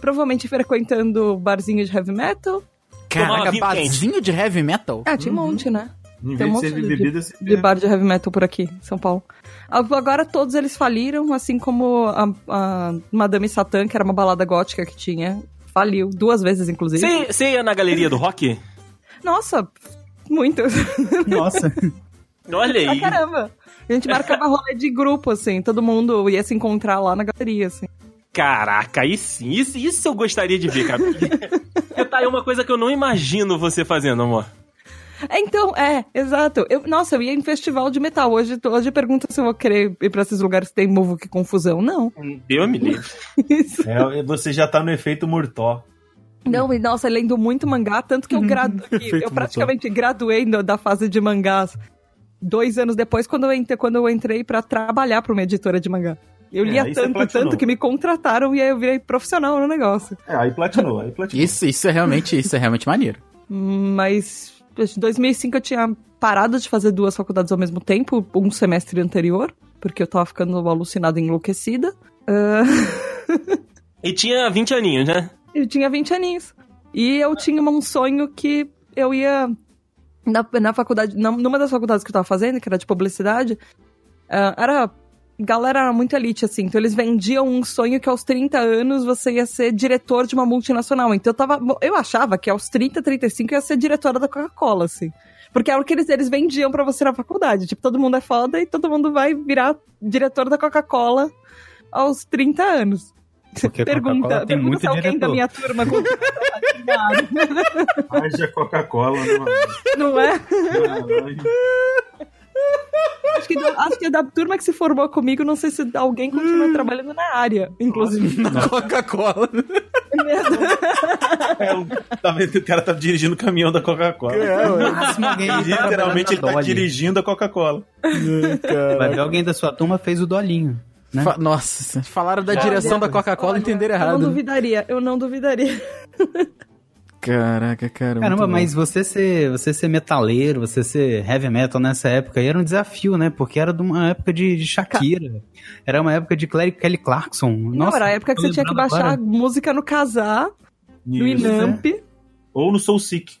Provavelmente frequentando barzinho de heavy metal.
Tomar
Caraca,
uma vinho
barzinho de heavy metal?
Ah, tinha
Uhum.
um monte, né?
Em
tem
vez
um
de
monte
servir
de-
bebida, você
De bar de heavy metal por aqui, em São Paulo. Agora todos eles faliram, assim como a, a Madame Satã, que era uma balada gótica que tinha. Faliu. Duas vezes, inclusive.
Você você ia na galeria do rock?
Nossa, muito.
Nossa.
Olha
pra
aí.
caramba. A gente marcava rolê de grupo, assim. Todo mundo ia se encontrar lá na galeria, assim.
Caraca, aí sim. Isso, isso eu gostaria de ver, cara. Porque tá aí uma coisa que eu não imagino você fazendo, amor.
É, Então, é, exato. Eu- nossa, eu ia em festival de metal. Hoje, hoje pergunta se eu vou querer ir pra esses lugares que tem movo, que confusão. Não.
Deus me livre.
É, você já tá no efeito Murtó.
Não, e nossa, lendo muito mangá, tanto que eu gradu... que eu praticamente graduei no- da fase de mangás dois anos depois, quando eu entrei, quando eu entrei pra trabalhar pra uma editora de mangá. Eu
É,
lia
aí você
tanto,
platinou.
tanto que me contrataram e aí eu virei profissional no negócio.
É, aí platinou, aí platinou.
Isso, isso é realmente, isso é realmente maneiro.
Mas em 2005 eu tinha parado de fazer duas faculdades ao mesmo tempo, um semestre anterior, porque eu tava ficando alucinada e enlouquecida. Ah,
E tinha 20 aninhos, né?
eu tinha 20 aninhos. E eu tinha um sonho que eu ia. Na, na faculdade, na- numa das faculdades que eu tava fazendo, que era de publicidade, ah, era. Galera era muito elite, assim. Então eles vendiam um sonho que aos 30 anos você ia ser diretor de uma multinacional. Então eu tava. Eu achava que aos 30, 35 eu ia ser diretora da Coca-Cola, assim. Porque era o que eles, eles vendiam pra você na faculdade. Tipo, todo mundo é foda e todo mundo vai virar diretor da Coca-cola aos 30 anos.
Porque
Pergunta,
Coca-Cola tem
pergunta
muito
se alguém
diretor.
da minha turma com-
Haja é Coca-Cola, né?
não é?
Caralho.
Acho que, da- acho que da turma que se formou comigo, não sei se alguém
Hum.
continua trabalhando na área, inclusive.
Na Coca-Cola.
É, o, tá vendo? o cara tá dirigindo o caminhão da Coca-Cola.
No máximo, alguém tá trabalhando
Literalmente ele
na
tá
Dolly.
dirigindo a Coca-Cola.
Vai ver alguém da sua turma fez o dolinho. né?
Fa- Nossa, falaram da direção da Coca-Cola e entenderam
Eu não
errado. né?
duvidaria, eu não duvidaria.
Caraca, cara.
Caramba,
É muito bom.
mas você ser, você ser metaleiro, você ser heavy metal nessa época aí era um desafio, né? Porque era de uma época de, de Shakira. Era uma época de Clary- Kelly Clarkson. Nossa,
não, era a época que
tô
você tinha que
lembrando
baixar
agora.
música no casar, no
né?
Isso.
Inamp.
Ou no Soul Sick.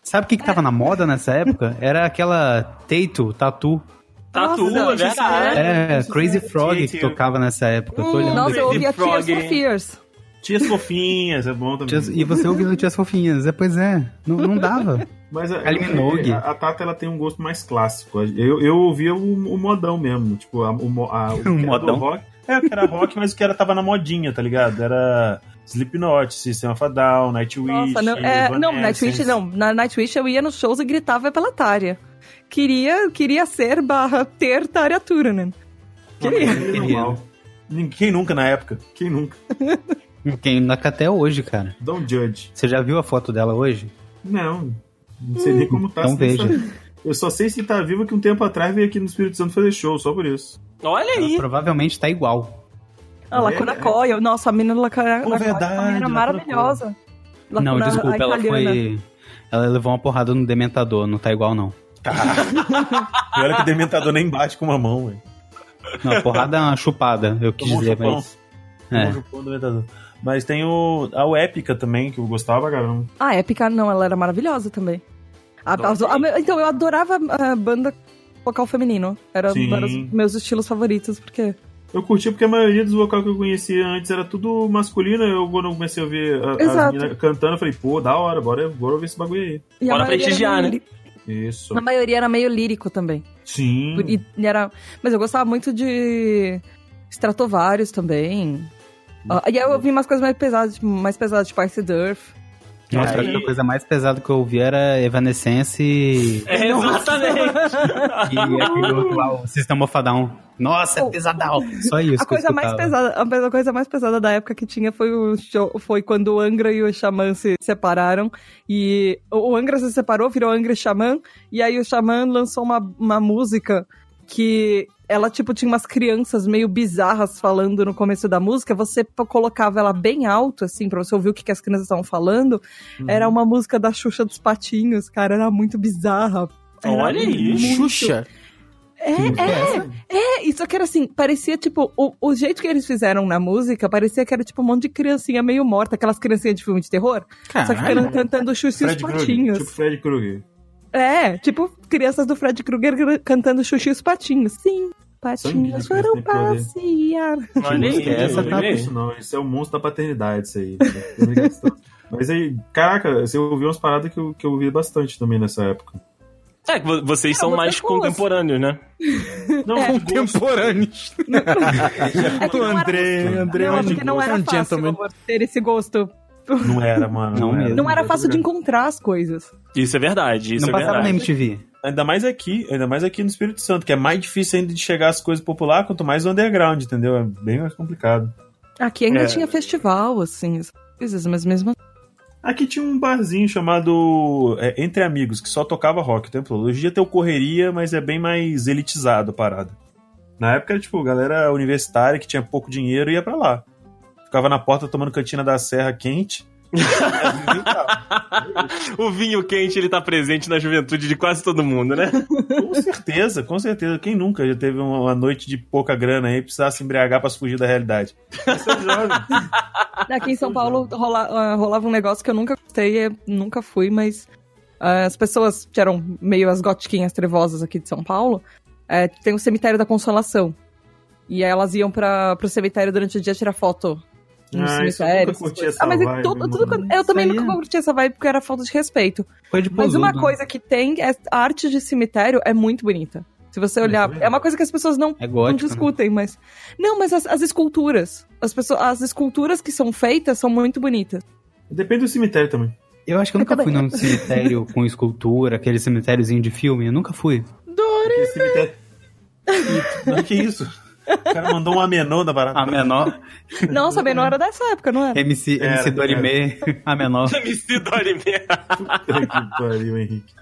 Sabe o que, que tava na moda nessa época? Era aquela Taito, Tatu.
Tá
Nossa,
tudo,
não,
é
isso
verdade.
Era
isso
Crazy
é
Frog que
Taito.
tocava nessa época. Eu tô olhando
Nossa,
aqui.
eu ouvia
Frog,
Tears for
hein?
Fears.
Tias fofinhas, é bom também.
Tias- E você ouvindo Tias Fofinhas. É, pois é. Não, não dava.
Mas a,
Kylie Minogue.
a, a Tata ela tem um gosto mais clássico. Eu, eu ouvia o, o modão mesmo. Tipo, a, o, mo- a, o, que era do
modão.
rock. É, o que era rock, mas o que era tava na modinha, tá ligado? Era Slipknot, System of a Down, Nightwish.
Nossa, não, é,
Evanescence.
não, Nightwish não. Na Nightwish eu ia nos shows e gritava pela Tária. Queria, queria ser barra ter né? Tária Turunen. Queria.
Normal. Ninguém quem nunca na época. Quem nunca?
Quem nunca até hoje, cara.
Don't judge.
Você já viu a foto dela hoje?
Não. Não sei nem como tá.
Então
se não
veja.
tá- Eu só sei se tá vivo que um tempo atrás veio aqui no Espírito Santo fazer show, só por isso.
Olha
Ela
aí.
provavelmente tá igual.
A Lacuna Coil. Nossa, a menina da Lacuna
Pô,
Coil
verdade,
também era
Lacuna
maravilhosa.
não,
Lacuna-
desculpa,
a
ela
italiana.
foi. Ela levou uma porrada no Dementador, não tá igual, não.
E olha que o Dementador nem bate com uma mão, velho.
Não, porrada é uma chupada, eu quis
Tomou um
dizer,
chupão.
mas.
Tomou
É.
um chupão do Dementador. Mas tem o, a o Épica também, que eu gostava, caramba.
Ah, A épica, não, ela era maravilhosa também. A-
Adorei.
as- a- então, eu adorava a banda vocal feminino. Era
Sim.
um dos meus estilos favoritos, porque.
Eu curti porque a maioria dos vocais que eu conhecia antes era tudo masculino. Eu quando eu comecei a ouvir a- as
Exato.
meninas cantando, eu falei, pô, da hora, bora, bora ouvir esse bagulho aí.
E
Bora
a maioria
prestigiar,
era
né?
meio li-
Isso.
A maioria era meio lírico também.
Hum.
Sim.
E, e era... Mas eu gostava muito de Stratovarius também. Ah, e aí eu ouvi umas coisas mais pesadas, tipo, mais pesadas, tipo Ice Durf.
Nossa,
Nossa,
aí-
a coisa mais pesada que eu ouvi era Evanescence e,
É, exatamente.
e aquele outro lá, o Sistema Fadão. Nossa, é pesadão. Só isso.
Oh. A coisa mais pesada, a pe- a coisa mais pesada da época que tinha foi o show, foi quando o Angra e o Xamã se separaram e o o Angra se separou, virou Angra e Xamã e aí o Xamã lançou uma, uma música que ela tipo tinha umas crianças meio bizarras falando no começo da música, você p- colocava ela bem alto assim pra você ouvir o que, que as crianças estavam falando. Era uma música da Xuxa dos Patinhos, cara, era muito bizarra. Era
Olha aí.
Xuxa.
é, é, é, e só que era assim, parecia tipo, o, o jeito que eles fizeram na música, parecia que era tipo um monte de criancinha meio morta, aquelas criancinhas de filme de terror, só que
Caralho.
can- cantando Xuxa e os
né? Fred Krueger.
Patinhos.
Tipo Fred Krueger.
É, tipo crianças do Fred Krueger gr- cantando Xuxa e os Patinhos. Sim,
Sangue, né,
patinhos
criança
foram
tem poder.
passear.
Olha aí, essa
Não, não
tá...
é isso não, isso é o monstro da paternidade, isso aí. né? Mas aí, caraca, você ouviu umas paradas que eu, que eu ouvi bastante também nessa época.
É, que vo- vocês são
você
mais
pula.
contemporâneos, né?
Não, é.
Contemporâneos.
É que não era-
André,
não,
é
é porque
de
não
gosto.
era
Um
fácil
gentleman.
amor, ter esse gosto.
não era, mano.
Não mesmo.
Não
É
era fácil de encontrar as coisas.
Isso é verdade, isso
Não
é
passava na
verdade.
MTV.
Ainda mais aqui, ainda mais aqui no Espírito Santo, que é mais difícil ainda de chegar às coisas populares, quanto mais o underground, entendeu? É bem mais complicado.
Aqui ainda
É.
tinha festival, assim, essas coisas, mas mesmo
Aqui tinha um barzinho chamado é, Entre Amigos, que só tocava rock o tempo todo. Hoje em dia tem o Correria, mas é bem mais elitizado a parada. Na época, tipo, galera universitária que tinha pouco dinheiro ia pra lá. Ficava na porta tomando cantina da serra quente.
O vinho quente, ele tá presente na juventude de quase todo mundo, né?
Com certeza, com certeza. Quem nunca já teve uma uma noite de pouca grana aí e precisava se embriagar pra se fugir da realidade? Esse é o jovem.
Aqui em
é.
São Paulo rola- ah, rolava um negócio que eu nunca gostei, eh, nunca fui, mas ah, as pessoas que eram meio as gotiquinhas trevosas aqui de São Paulo, eh, tem o cemitério da Consolação. E aí elas iam para pro cemitério durante o dia tirar foto. No
Ah,
cemitério.
isso eu nunca
essas
curti
coisas.
essa
ah, mas
vibe,
é tudo, tudo
mano.
quanto- eu também
Isso aí
nunca
é-
curti essa vibe porque era falta de respeito.
Foi de
Mas
posudo. né?
uma
né?
coisa que tem é arte de cemitério é muito bonita. Se você olhar, é uma coisa que as pessoas não
É
não
gótico. né?
discutem, mas. Não, mas as, as esculturas. As, pessoas, as esculturas que são feitas são muito bonitas.
Depende do cemitério também.
Eu acho que eu
Eu
nunca fui
também.
num cemitério com escultura, aquele cemitériozinho de filme. Eu nunca fui.
Porque cemitério... Não, que isso? O cara mandou um amenô da parada.
A menor.
Nossa, bem, não era dessa época, não era?
MC,
Era,
MC Dorime, a menor.
MC Dorime.
Puta que pariu, Henrique.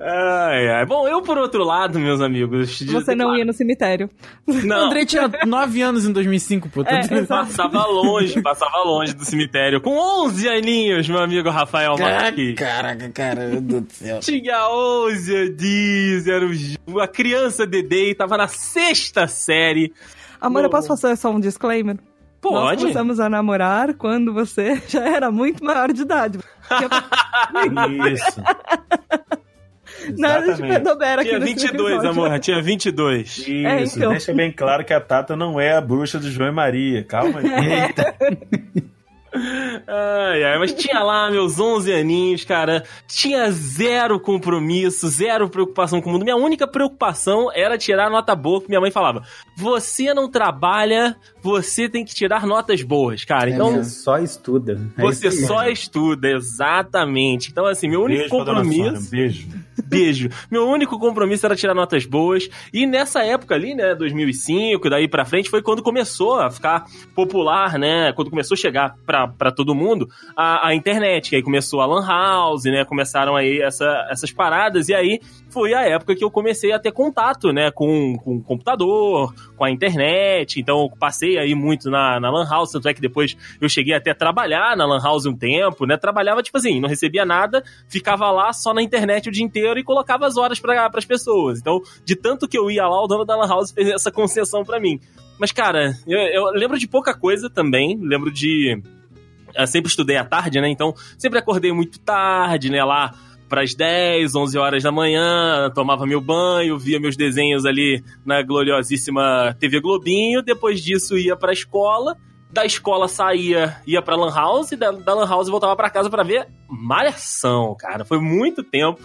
Ai, ai. Bom, eu por outro lado, meus amigos... de-
Você não ia no cemitério.
O
Não,
André tinha 9 anos em 2005, pô. Tá
É,
dizendo-
exato.
passava longe, passava longe do cemitério. Com 11 aninhos, meu amigo Rafael Marques.
Caraca, cara do céu.
Tinha 11 aninhos, era o- a criança Dedei, tava na sexta série.
Amor, eu posso fazer só um disclaimer? Nós
Pode?
começamos a namorar quando você já era muito maior de idade.
Isso.
Nada de
Exatamente.
pedobera Tá aqui
Tinha
nesse
22,
episódio.
amor, tinha 22.
É,
Isso,
então.
deixa bem claro que a Tata não é a bruxa do João e Maria. Calma aí.
É.
Eita,
Ai, ai, mas tinha lá meus 11 aninhos, cara. Tinha zero compromisso, zero preocupação com o mundo. Minha única preocupação era tirar nota boa, que minha mãe falava: Você não trabalha, você tem que tirar notas boas,
É
cara. Então.
você só estuda. É
você
isso aí.
só estuda, exatamente. Então, assim, meu único
Beijo pra dona Sônia, um
compromisso.
Beijo.
Beijo. Meu único compromisso era tirar notas boas. E nessa época ali, né, 2005, daí pra frente, foi quando começou a ficar popular, né? Quando começou a chegar pra, pra todo mundo a, a internet. Que aí começou a Lan House, né? Começaram aí essa, essas paradas. E aí foi a época que eu comecei a ter contato, né? Com, com o computador, com a internet. Então eu passei aí muito na, na Lan House. Tanto é que depois eu cheguei até a trabalhar na Lan House um tempo, né? Trabalhava, tipo assim, não recebia nada ficava lá só na internet o dia inteiro e colocava as horas para as pessoas. Então, de tanto que eu ia lá, o dono da Lan House fez essa concessão para mim. Mas, cara, eu, eu lembro de pouca coisa também. Lembro de Eu sempre estudei à tarde, né? Então, sempre acordei muito tarde, né? Lá pras 10, 11 horas da manhã, tomava meu banho, via meus desenhos ali na gloriosíssima TV Globinho. Depois disso, ia pra escola. Da escola saía, ia pra Lan House, e da, da Lan House voltava pra casa pra ver Malhação, cara. Foi muito tempo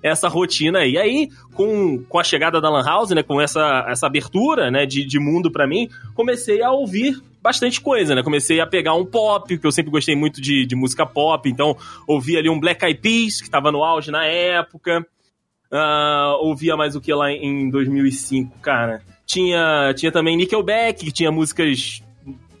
essa rotina aí. E aí, com, com a chegada da Lan House, né, com essa, essa abertura né, de, de mundo pra mim, comecei a ouvir bastante coisa, né? Comecei a pegar um pop, que eu sempre gostei muito de, de música pop, então ouvi ali um Black Eyed Peas, que tava no auge na época. Ah, ouvia mais o que lá em 2005, cara? Tinha, tinha também Nickelback, que tinha músicas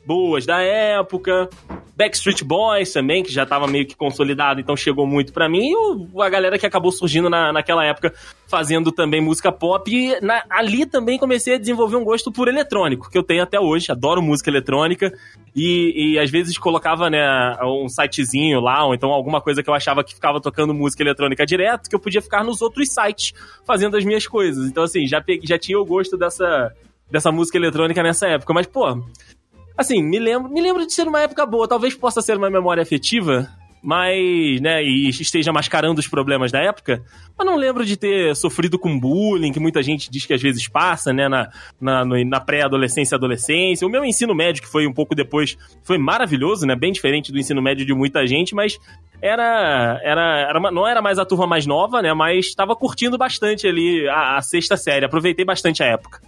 boas da época. Backstreet Boys também, que já tava meio que consolidado, então chegou muito pra mim. E o- a galera que acabou surgindo na, naquela época fazendo também música pop. E na- ali também comecei a desenvolver um gosto por eletrônico, que eu tenho até hoje. Adoro música eletrônica. E, e às vezes colocava, né, um sitezinho lá, ou então alguma coisa que eu achava que ficava tocando música eletrônica direto, que eu podia ficar nos outros sites fazendo as minhas coisas. Então, assim, já, peguei- já tinha o gosto dessa, dessa música eletrônica nessa época. Mas, pô, assim, me lembro, me lembro de ser uma época boa, talvez possa ser uma memória afetiva, mas, né, e esteja mascarando os problemas da época, mas não lembro de ter sofrido com bullying, que muita gente diz que às vezes passa, né, na, na, no- na pré-adolescência e adolescência. O meu ensino médio, que foi um pouco depois, foi maravilhoso, né, bem diferente do ensino médio de muita gente, mas era, era, era uma- não era mais a turma mais nova, né, mas estava curtindo bastante ali a, a sexta série, aproveitei bastante a época.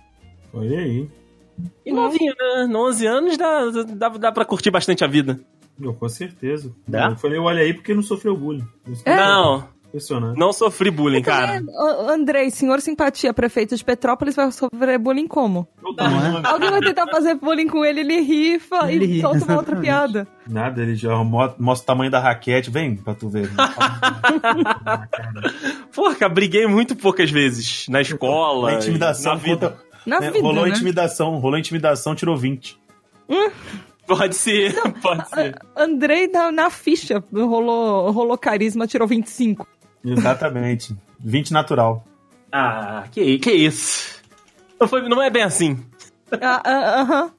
Olha aí.
E novinho, né? No 11 anos dá, dá, dá pra curtir bastante a vida.
Meu, com certeza.
Dá?
Eu falei, olha aí, porque não sofreu bullying.
É.
Não,
Impressionante.
não sofri bullying,
Também,
cara.
A- né? Andrei, senhor simpatia, prefeito de Petrópolis, vai sofrer bullying como?
Eu também
é?
não-
Alguém vai tentar fazer bullying com ele, ele ri e fala-
Ele
e
ri,
solta uma outra
exatamente.
piada.
Nada, ele já mo- mostra o tamanho da raquete. Vem pra tu ver.
Porra, briguei muito poucas vezes. Na escola.
a intimidação
na vida.
conta-
Na
né,
vida,
rolou
né?
intimidação, rolou intimidação, tirou 20.
Pode ser, pode ser.
Andrei na, na ficha rolou, rolou carisma, tirou 25.
Exatamente. 20 natural.
Ah, que, que isso. Não, foi, não é bem assim.
Ah, ah, Aham.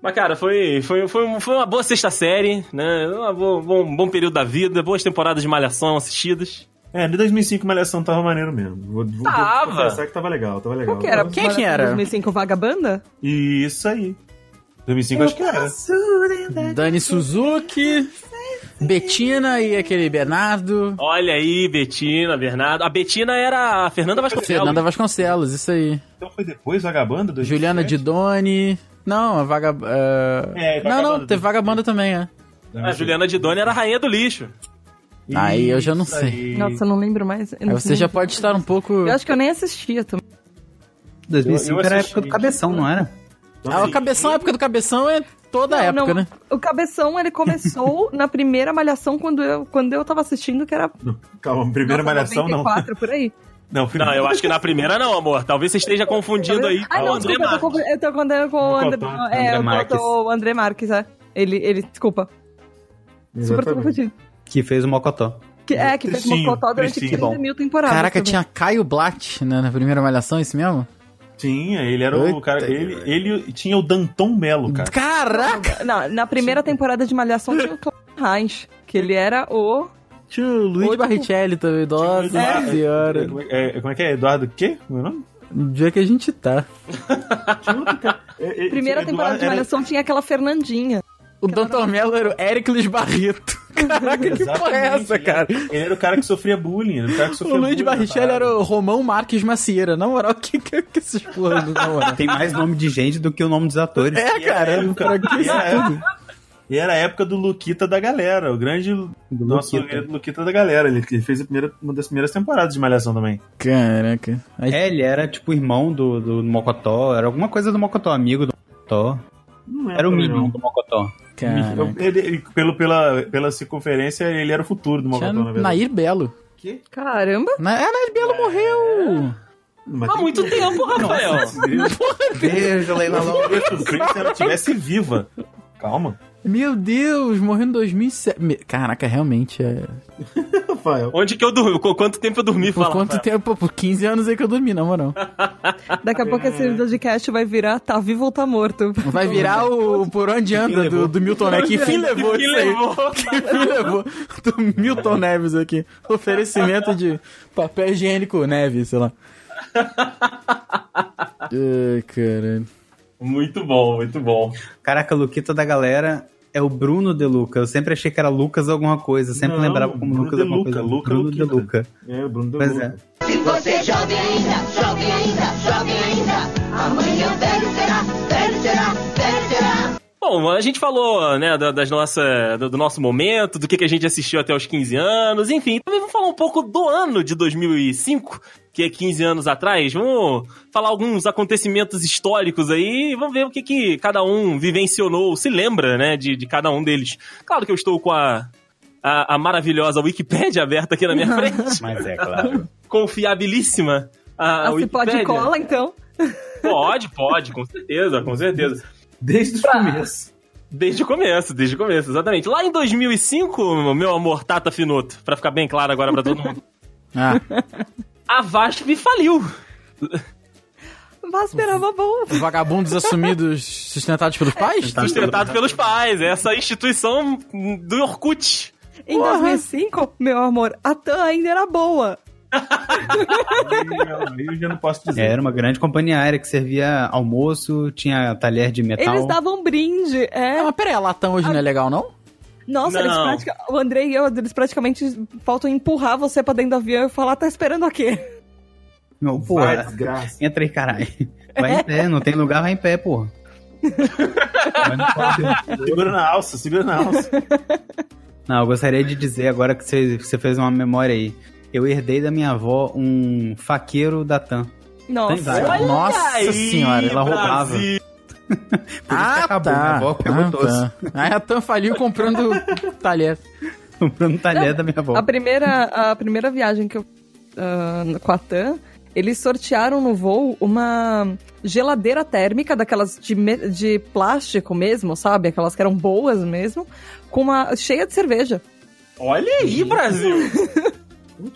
Mas, cara, foi, foi, foi, um- foi uma boa sexta série, né? Uma boa- bom, bom período da vida, boas temporadas de malhação assistidas.
É, de 2005 Malhação tava maneiro mesmo. Vou, vou,
Tava.
vou confessar que tava legal, tava legal.
Qual que era?
Tava-
Quem que era?
2005 Vagabanda?
E isso aí. 2005 acho que era.
Dani Suzuki, Betina e aquele Bernardo.
Olha aí, Betina, Bernardo. A Betina era a Fernanda Vasconcelos.
Fernanda Vasconcelos, isso aí.
Então foi depois Vagabanda? 2007?
Juliana Didoni. Não, a vaga.
É,
É...
Vagabanda
não, não,
também.
teve vagabanda também, é.
A Ah, Juliana Didoni era a rainha do lixo.
Aí eu já não
Isso
sei.
aí.
Nossa, eu não lembro mais. Eu
Aí
não-
você já pode estar um pouco.
Eu acho que eu nem assistia também.
2005
Eu- eu
era a
assisti.
época do cabeção, não era?
Então,
Ah, o
assim,
cabeção, a época do cabeção é toda a
Não,
época,
não.
né?
O Cabeção, ele começou na primeira Malhação quando eu, quando eu tava assistindo, que era.
Calma, primeira
nossa,
Malhação não.
94, por aí.
Não,
Não, eu acho que na primeira não, amor. Talvez você esteja confundindo aí
Ah,
com o
não,
André
desculpa, eu tô,
Marques.
confu- eu tô contando com o André,
Marques.
é, eu
André
tô-
Marques.
o André Marques, é. Ele, ele, desculpa. Super tô
Exatamente.
confundido.
Que fez o Mocotó.
Que, é, que fez
Tristinho,
Mocotó durante
tristinho.
30 mil temporadas. tá
Caraca,
também.
tinha Caio Blatt né, na primeira malhação, isso mesmo?
Tinha, ele era o
Eita,
cara. Ele, ele tinha o Danton Melo, cara.
Caraca!
Não, na primeira temporada de Malhação tinha o Cláudio Reis, que ele era o.
Tinha o Luiz Barrichelli também, nossa
Eduardo-
senhora.
Como é, é- como é que é? Eduardo quê? Como é o nome?
No dia que a gente tá.
Tinha outro cara. É, é,
Primeira
Eduardo-
temporada de
era-
Malhação tinha aquela Fernandinha.
O Dr. Mello era o Éricles Barreto. Caraca, que porra é
Exatamente,
essa,
ele
cara?
era- Ele era o cara que sofria bullying. Era o cara que
O
sofria
Luiz
bullying na
Barrichelli
parada.
era o Romão Marques Macieira. Na moral, que que, que esses planos, na moral?
Tem mais nome de gente do que o nome dos atores.
É, cara, pra que
E
isso
era,
tudo?
e era a época do Luquita da galera, o grande nosso
Luquita.
Luquita. Luquita da galera. Ele, ele fez a primeira, uma das primeiras temporadas de Malhação também.
Caraca. Aí-
É, ele era tipo irmão do, do Mocotó, era alguma coisa do Mocotó, amigo do Mocotó.
Não
Era o
também,
mínimo
não.
do Mocotó.
Eu-
Caraca.
ele- ele- pelo, pela, pela circunferência, ele era o futuro do
Tinha
Mocotó, na verdade.
Nair Belo.
Caramba!
Na... Ah, Nair Belo morreu!
Mas
Há
tem-
muito tempo, Rafael.
Beijo, Leila Lopes.
se ela tivesse viva. Calma.
Meu Deus, morreu em 2007. Me- Caraca, realmente é.
Rafael.
Onde que eu dormi? Qu- Quanto tempo eu dormi?
Por
Fala,
quanto
Rafael.
tempo? Pô, Por 15 anos aí que eu dormi, na moral.
Daqui a pouco
É.
esse podcast vai virar Tá Vivo ou Tá Morto.
Vai virar o Por Onde Anda do, do Milton Neves. Que fim levou
É Que
isso aí?
levou?
Que fim levou? Do Milton Neves aqui. Oferecimento de papel higiênico Neves, sei lá. Ai, caralho.
Muito bom, muito bom.
Caraca, Luquita da galera é o Bruno De Luca. Eu sempre achei que era Lucas alguma coisa. Eu sempre
Não,
lembrava como
Bruno
Lucas
De
alguma
Luca,
coisa.
Luca,
Bruno
Luquita.
De Luca.
É, o Bruno deu
Pois
louco.
é.
Se você é jovem ainda, jovem ainda, jovem ainda, amanhã velho será, velho será, velho será.
Bom, a gente falou, né, da- das nossa, do, do nosso momento, do que, que a gente assistiu até os 15 anos, enfim. Também vamos falar um pouco do ano de 2005, que é 15 anos atrás. Vamos falar alguns acontecimentos históricos aí e vamos ver o que, que cada um vivencionou, se lembra, né, de, de cada um deles. Claro que eu estou com a, a, a maravilhosa Wikipédia aberta aqui na minha frente,
Mas é claro.
confiabilíssima. A,
Ah, se pode
Wikipédia.
cola, então.
Pode, pode, com certeza, com certeza.
Desde os primeiros.
Desde o começo, desde o começo, exatamente. Lá em 2005, meu amor Tata Finoto, pra ficar bem claro agora pra todo mundo,
Ah,
a VASP faliu.
Vai esperar uma boa.
os vagabundos assumidos sustentados pelos pais?
Sustentado pelos pais, essa instituição do Orkut.
Em 2005, meu amor, a TAM ainda era boa.
Aí eu já não posso dizer.
É, Era uma grande companhia aérea que servia almoço, tinha talher de metal.
Eles davam brinde,
É,
é.
mas peraí, a Latam hoje não é legal, não?
Nossa, eles
Não.
pratica... o André e eu, eles praticamente faltam empurrar você pra dentro do avião e falar, tá esperando aqui.
Não, pô,
Vai, desgraça.
entra aí, caralho. Vai em pé, não tem lugar, vai em pé, porra. Vai no quarto.
Segura na alça, segura na alça.
Não, eu gostaria de dizer agora que você, você fez uma memória aí. Eu herdei da minha avó um faqueiro da TAM.
Nossa.
vários.
Olha
Nossa
aí,
senhora,
ela roubava.
Brasil.
Por isso que acabou, minha avó pegou
ah,
todos.
tá. Aí a Tam faliu comprando talher.
Comprando talher tá da minha avó.
A primeira, a primeira viagem que eu ah, com a TAM, eles sortearam no voo uma geladeira térmica, daquelas de, me- de plástico mesmo, sabe? Aquelas que eram boas mesmo, com uma cheia de cerveja.
Olha aí, Brasil.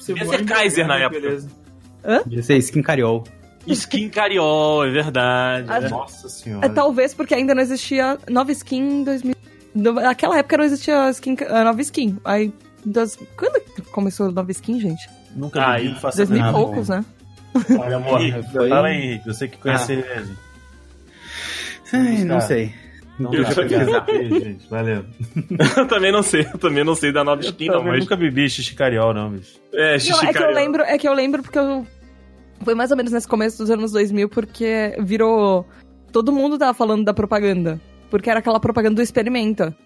Devia ser Kaiser na época.
Beleza.
Devia ser skin cariol.
Skin Cariol, é verdade.
Ah,
né?
Nossa senhora.
É, talvez porque ainda não existia nova skin em 2000. no- Naquela época não existia skin, ah, nova skin. Aí, das- quando que começou a nova skin, gente?
Nunca
Ah,
vi,
e-
não faço
2000
Ah,
e
bom.
poucos, né?
Olha, amor,
Foi-
fala aí, você que conhece ele. né,
Ai, não
Tá.
sei.
Não
Eu
dá
já
pra dizer, gente. Valeu.
Eu também não sei, eu também não sei da nova skin, não,
Eu
Então, mas...
Então, nunca bebi xixi cariol, não, bicho.
É,
Não,
xixi
é que eu
Cariol.
lembro, é que eu lembro porque eu foi mais ou menos nesse começo dos anos 2000 porque virou todo mundo tava falando da propaganda, porque era aquela propaganda do experimenta.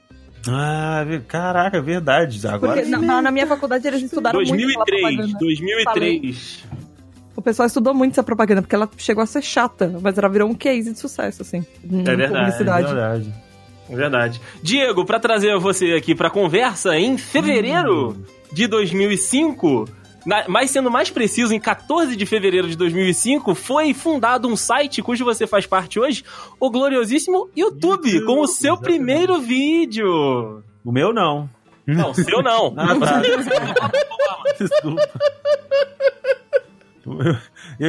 Ah, ve- caraca, é verdade. Agora é
Porque na,
é
na minha faculdade eles estudaram muito aquela
2003,
propaganda.
2003.
O pessoal estudou muito essa propaganda porque ela chegou a ser chata, mas ela virou um case de sucesso assim. na
É verdade,
publicidade.
É verdade.
Verdade. Diego, pra trazer você aqui pra conversa, em fevereiro de 2005, na- mas sendo mais preciso, em 14 de fevereiro de 2005, foi fundado um site cujo você faz parte hoje, o gloriosíssimo YouTube,
YouTube,
com o seu
exatamente.
primeiro vídeo.
O meu não.
Não, seu não.
Ah, tá. Desculpa. Eu,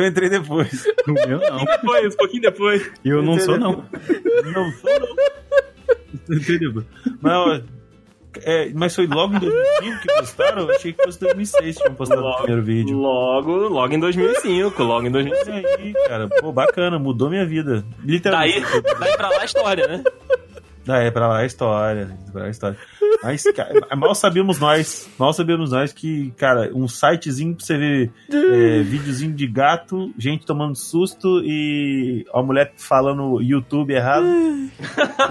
eu entrei depois.
O meu não.
Depois, um pouquinho depois.
E eu não sou, não.
Não sou, não. Entendeu? Mas, é, mas foi logo em 2005 que postaram? Eu achei que fosse 2006 que tinham postado o primeiro vídeo.
Logo, logo em 2005, logo em 2005.
Isso aí, cara. Pô, bacana. Mudou minha vida.
Daí,
Literalmente.
daí tá pra lá a história, né?
Daí, é pra lá a história. Pra lá a história. Mas, cara, mal sabíamos nós. Mal sabíamos nós que, cara, um sitezinho pra você ver é, videozinho de gato, gente tomando susto e a mulher falando YouTube errado.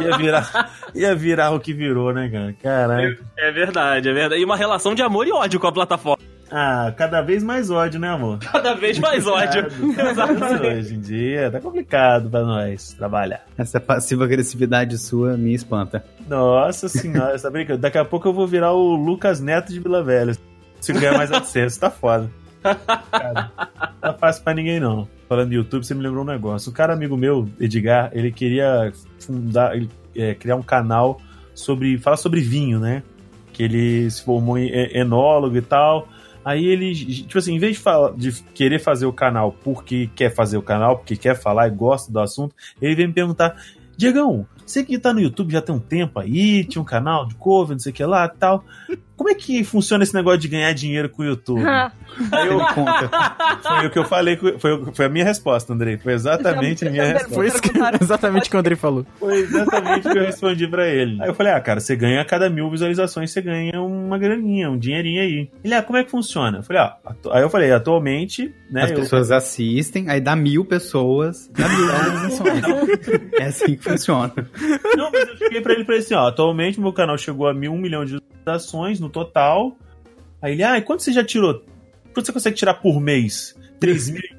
ia, virar, ia virar o que virou, né, cara? Caraca.
É verdade, é verdade. E uma relação de amor e ódio com a plataforma.
Ah, cada vez mais ódio, né, amor?
Cada vez mais ódio. Exatamente.
Hoje em dia tá complicado pra nós trabalhar.
Essa passiva agressividade sua me espanta.
Nossa senhora, tá brincando? Daqui a pouco eu vou virar o Lucas Neto de Vila Velha. Se eu ganhar mais acesso, tá foda. Cara, não é fácil pra ninguém, não. Falando de YouTube, você me lembrou um negócio. Um cara amigo meu, Edgar, ele queria fundar, ele, é, criar um canal sobre. falar sobre vinho, né? Que ele se formou em é, enólogo e tal. Aí ele, tipo assim, em vez de, fala- de querer fazer o canal porque quer fazer o canal, porque quer falar e gosta do assunto, ele vem me perguntar: Diegão, você que tá no YouTube já tem um tempo aí, tinha um canal de cover, não sei o que lá tal. Como é que funciona esse negócio de ganhar dinheiro com o YouTube? Aí eu-
Ele conta.
foi o que eu falei, com- foi, o- foi a minha resposta, Andrei. Foi exatamente a minha
Já- já-
resposta.
Foi isso que, exatamente o que o Andrei falou.
Foi exatamente o que eu respondi pra ele. Aí eu falei, ah, cara, você ganha a cada mil visualizações, você ganha uma graninha, um dinheirinho aí. Ele, ah, como é que funciona? Eu falei, ah, atu- aí eu falei, atualmente, né?
As
eu-
pessoas assistem, aí dá mil pessoas, dá mil visualizações. é assim que funciona.
Não, mas eu cheguei pra ele e falei assim, ó, atualmente meu canal chegou a mil, um milhão de visualizações no total. Aí ele, ah, e quanto você já tirou? Quanto você consegue tirar por mês?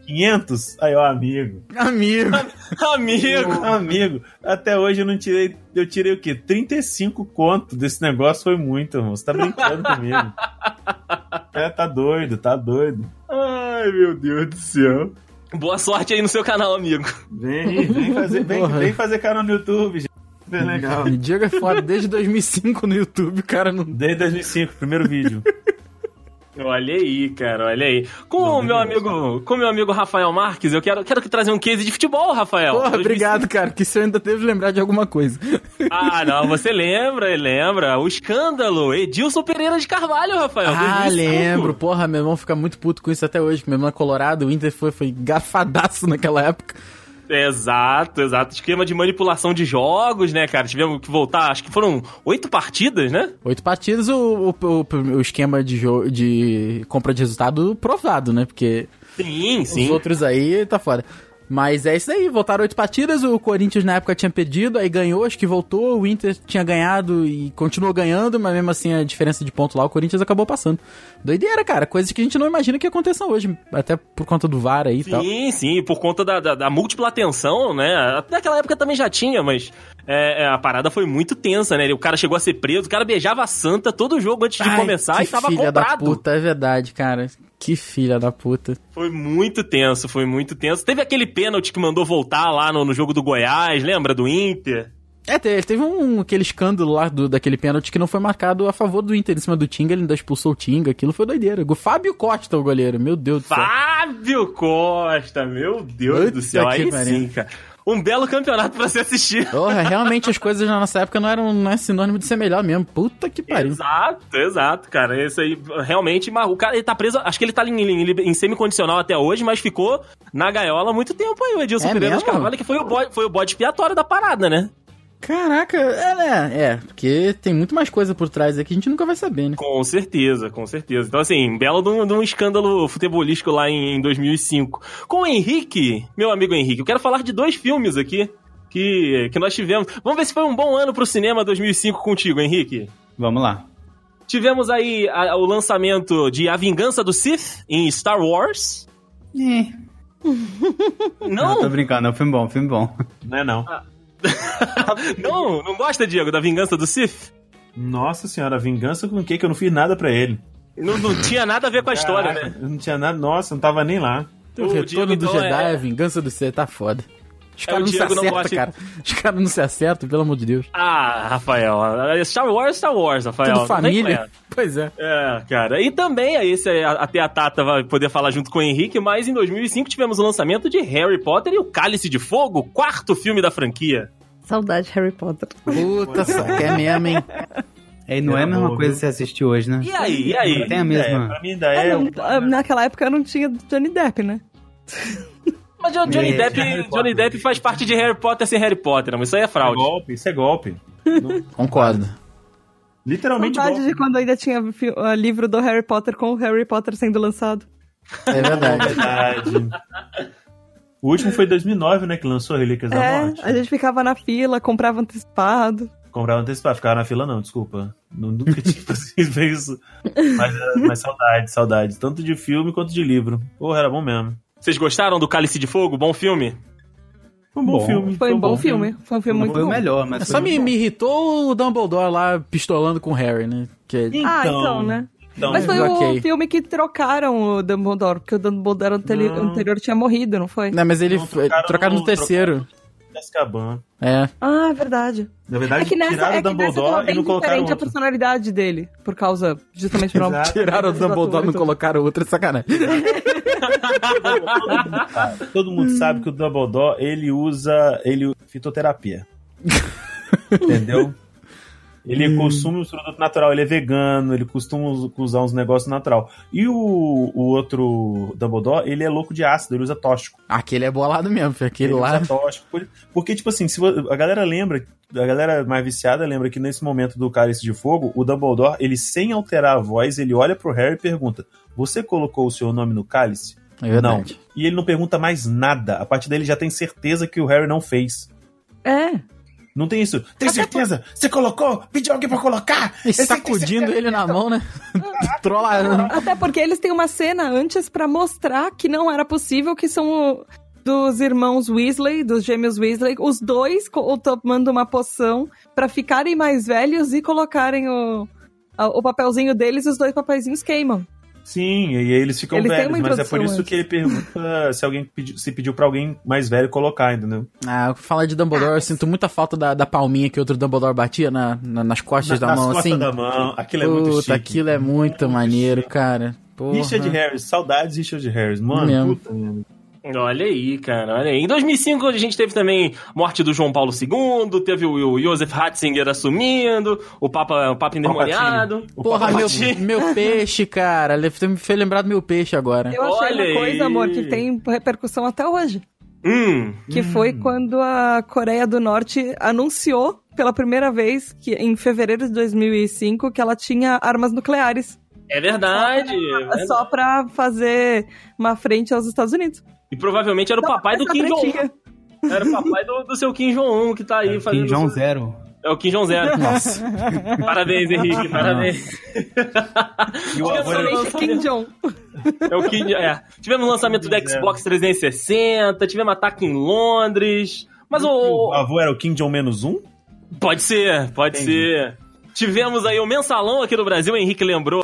3.500? Aí, ó, amigo.
Amigo.
Amigo!
Amigo, até hoje eu não tirei. Eu tirei o quê? 35 conto desse negócio foi muito, irmão. Você tá brincando comigo. É, tá doido, tá doido. Ai, meu Deus do céu.
Boa sorte aí no seu canal, amigo.
Vem, vem fazer, vem,
Porra.
vem fazer canal no YouTube, gente. É legal.
O Diego é foda desde 2005 no YouTube, o cara não.
Desde 2005, primeiro vídeo.
Olha aí, cara, olha aí. Com o meu amigo, com o meu amigo Rafael Marques, eu quero, quero que trazer um case de futebol, Rafael.
Porra,
2005.
obrigado, cara, que se eu ainda devo lembrar de alguma coisa.
Ah, não, você lembra, lembra. O escândalo, Edilson Pereira de Carvalho, Rafael.
Ah,
2005.
lembro. Porra, meu irmão fica muito puto com isso até hoje, que meu irmão é colorado, o Inter foi, foi gafadaço naquela época.
Exato, exato. Esquema de manipulação de jogos, né, cara? Tivemos que voltar, acho que foram oito partidas, né?
Oito partidas, o, o, o- o esquema de, jo- de compra de resultado provado, né? Porque
Sim,
Os
sim.
outros aí tá fora. Mas é isso aí, voltaram oito partidas, o Corinthians na época tinha pedido, aí ganhou, acho que voltou, o Inter tinha ganhado e continuou ganhando, mas mesmo assim a diferença de ponto lá, o Corinthians acabou passando. Doideira, cara, coisas que a gente não imagina que aconteçam hoje, até por conta do VAR aí e tal.
Sim, sim, por conta da, da, da múltipla tensão, né? Naquela época também já tinha, mas é, é, a parada foi muito tensa, né? O cara chegou a ser preso, o cara beijava a santa todo jogo antes de
Ai,
começar
que
e tava
filha da
comprado.
puta, é verdade, cara. Que filha da puta.
Foi muito tenso, foi muito tenso. Teve aquele pênalti que mandou voltar lá no, no jogo do Goiás, lembra? Do Inter.
É, te- teve um, aquele escândalo lá do, daquele pênalti que não foi marcado a favor do Inter em cima do Tinga, ele ainda expulsou o Tinga, aquilo foi doideira. O Fábio Costa, o goleiro, meu Deus do céu.
Fábio Costa, meu Deus
Puta
do céu,
que
aí
pariu.
sim, cara. Um belo campeonato pra se assistir.
Porra, realmente as coisas na nossa época não eram não é sinônimo de ser melhor mesmo. Puta que
é
pariu.
Exato, exato, cara. Isso aí realmente. mas O cara ele tá preso. Acho que ele tá em, em, em semicondicional até hoje, mas ficou na gaiola há muito tempo aí, o Edilson
É
Pereira de
mesmo?
Carvalho, que foi o bode, foi o bode expiatório da parada, né?
Caraca, é, né? É, porque tem muito mais coisa por trás aí que a gente nunca vai saber, né?
Com certeza, com certeza. Então, assim, um belo de um, de um escândalo futebolístico lá em, em 2005. Com o Henrique, meu amigo Henrique, eu quero falar de dois filmes aqui que, que nós tivemos. Vamos ver se foi um bom ano pro cinema 2005 contigo, Henrique.
Vamos lá.
Tivemos aí a- o lançamento de A Vingança do Sith em Star Wars.
Não, tô
Não,
brincando, é um filme bom, filme bom.
Não é não.
não, não gosta, Diego, da Vingança do Sith?
Nossa senhora, vingança com o quê? Que eu não fiz nada pra ele.
Não, não tinha nada a ver com a história, né?
Caraca, eu Não tinha nada. Nossa, eu não tava nem lá.
O um retorno
Diego,
do
então,
Jedi,
é-
a vingança do ser, tá foda. Os
É,
caras
o
não se
Diego não
acertam,
gosta-
cara. Os caras não se acertam, pelo amor de Deus.
Ah, Rafael, Star Wars, Star Wars, Rafael.
Tudo
não tem como é.
família. Pois é.
É, cara. E também, aí, esse, a- até a Tata vai poder falar junto com o Henrique, mas em 2005 tivemos o lançamento de Harry Potter e o Cálice de Fogo, o quarto filme da franquia.
Saudade, Harry Potter.
Puta, só que é mesmo, hein?
É, não é a
Era
mesma
bom,
coisa
viu?
que você assistir hoje, né?
E aí, e aí? um
Não tem a mesma.
É, pra mim ainda
Ah,
é.
não, ah, naquela época não tinha Johnny Depp, né?
Mas John- Johnny
É,
Depp,
Harry Potter.
Johnny Depp faz parte de Harry Potter sem Harry Potter, mas isso aí é
Isso é
fraude.
golpe, isso é golpe. Não-
Concordo.
Literalmente
Saudade
golpe.
de quando ainda tinha fi- ah, livro do Harry Potter com o Harry Potter sendo lançado.
É verdade.
Verdade. O último foi em 2009, né? Que lançou Relíquias da
É,
Morte.
a gente ficava na fila, comprava antecipado.
Comprava antecipado, ficava na fila, não, desculpa. Nu- Nunca tinha feito isso. Mas, é, mas saudade, saudade. Tanto de filme quanto de livro. Porra, era bom mesmo.
Vocês gostaram do Cálice de Fogo? Bom filme?
Foi um bom,
Bom.
filme.
Foi um bom filme. Foi um filme
Não
muito
foi o
bom.
melhor, mas
É Só
foi
me,
muito
me irritou o Dumbledore lá pistolando com o Harry, né? Que...
Então,
Ah, então, né?
Então,
Mas foi
ok.
o filme que trocaram o Dumbledore, porque o Dumbledore anteri-
Não.
anterior tinha morrido, não foi?
Não, mas ele
Não,
foi
trocaram
trocado no
no-
terceiro.
é Azkaban.
É.
Ah, é verdade.
Na verdade,
é que nessa,
tiraram
é
o
que nessa tava
Dumbledore e
bem
não colocaram
diferente a
outro.
personalidade dele. Por causa, então. justamente por
Exato.
Tiraram o Dumbledore e não colocaram outro, é sacanagem.
Ah, Todo mundo
Hum.
sabe que o Dumbledore, ele usa ele usa fitoterapia. Entendeu? Ele
Hum.
consome os produtos natural, ele é vegano, ele costuma us- usar uns negócios natural. E o, o outro Dumbledore, ele é louco de ácido, ele usa tóxico.
Aquele é bolado mesmo, filho. aquele
Ele
lá.
usa tóxico. por- Porque, tipo assim, se vo- a galera lembra, a galera mais viciada lembra que nesse momento do Cálice de Fogo, o Dumbledore, ele sem alterar a voz, ele olha pro Harry e pergunta: Você colocou o seu nome no cálice?
É verdade.
E ele não pergunta mais nada. A partir dele já tem certeza que o Harry não fez.
É.
Não tem isso. Tem certeza? Você colocou? Pediu alguém pra colocar?
E sacudindo ele na mão, né?
Ah,
Trola.
Até porque eles têm uma cena antes pra mostrar que não era possível, que são o- dos irmãos Weasley, dos gêmeos Weasley, os dois co- tomando uma poção pra ficarem mais velhos e colocarem o, a- o papelzinho deles e os dois papelzinhos queimam.
Sim, e aí eles ficam
Eles têm
velhos.
uma
Mas é
introdução
por isso
antes.
que ele pergunta se alguém pediu, se pediu pra alguém mais velho colocar, entendeu?
Ah, falar de Dumbledore, eu sinto muita falta da, da palminha que outro Dumbledore batia na, na- nas costas
Na-
da
nas
mão,
costas
assim.
da mão. Aquilo é muito
Puta,
chique.
aquilo é muito maneiro, cara. Porra.
Richard Harris, saudades de Richard Harris. Mano,
Mesmo.
puta merda.
Olha aí, cara, olha aí. Em 2005 a gente teve também morte do João Paulo II, teve o Joseph Ratzinger assumindo, o Papa, o Papa endemoniado.
O
Porra,
Papa
meu,
Ratzinger.
meu peixe, cara. Le- Me fez lembrar do meu peixe agora.
Eu achei
É. Olha
uma coisa,
aí.
amor, que tem repercussão até hoje.
Hum,
que foi quando a Coreia do Norte anunciou pela primeira vez que em fevereiro de 2005 que ela tinha armas nucleares
é verdade. né?
só pra fazer uma frente aos Estados Unidos.
E provavelmente era o papai do
Essa
Kim Jong-un.
tretinha.
Era o papai do, do seu Kim Jong-un que tá aí
Kim
fazendo...
Jong Zero.
É o Kim Jong-un.
Nossa.
Parabéns, Henrique, parabéns.
E o avô era-
Somente Kim Jong.
É o Kim, é. Tivemos o lançamento do
é.
Xbox 360, tivemos ataque em Londres. Mas o.
o avô era o King John menos um?
Pode ser, pode
Entendi.
ser. Tivemos aí o mensalão aqui no Brasil, o Henrique lembrou.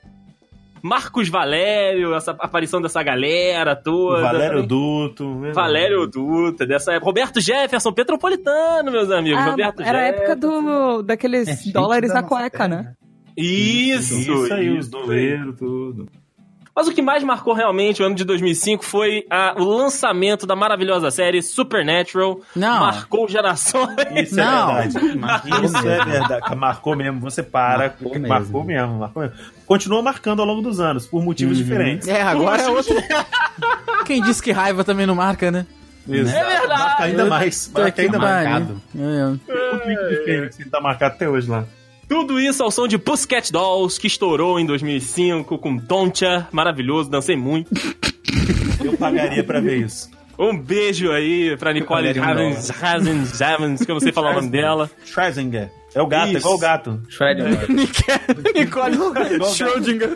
Marcos Valério, essa aparição dessa galera
O
toda.
Valério Duto. né?
Valério Dutra, dessa época. Roberto Jefferson, Petropolitano, meus amigos.
Ah,
Roberto
era a época
Jefferson.
do daqueles
É gente
dólares
da
na
nossa
cueca,
terra.
né?
Isso,
Isso aí, os
isso.
doleiros, tudo.
Mas o que mais marcou realmente o ano de 2005 foi a- o lançamento da maravilhosa série Supernatural.
Não.
Marcou gerações.
Isso
Não.
é verdade.
Marcou
Isso é
mesmo.
verdade. Marcou mesmo. Você para.
Marcou
Marcou
mesmo.
mesmo. Marcou mesmo. Continuou marcando ao longo dos anos, por motivos diferentes.
É, agora é outro. Quem disse que raiva também não marca, né?
Isso. É verdade. Marca ainda mais. Marca ainda mais.
marcado.
É, é.
O clipe de Fênix ele tá marcado até hoje lá.
Tudo isso ao som de Pussycat Dolls, que estourou em 2005 com Doncha, maravilhoso, dancei muito.
Eu pagaria pra ver isso.
Um beijo aí pra Nicole
Valeria Mendonça.
Javins, Javins, Javins, que eu não sei falar o nome dela.
Schrödinger. É o gato,
Isso.
é igual o gato.
Schrödinger.
Nicole Schrödinger.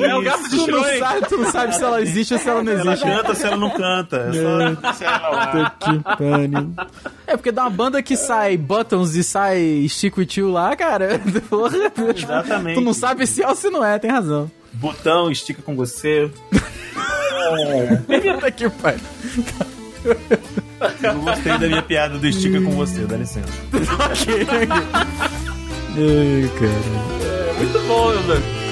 É o gato de
Tu não,
Schrödinger.
sabe, tu não sabe se ela existe ou se ela não
Ela
existe.
canta se ela não canta. É só se ela lá.
Puta que pariu. É porque dá uma banda que sai Buttons e sai Chico e Tio lá, cara. Porra,
É. Exatamente.
tu não sabe se é ou se não é, tem razão.
Botão, estica com você.
Puta que pariu.
Eu não gostei da minha piada do estica com você, dá licença.
Ai, cara.
Muito bom, meu velho.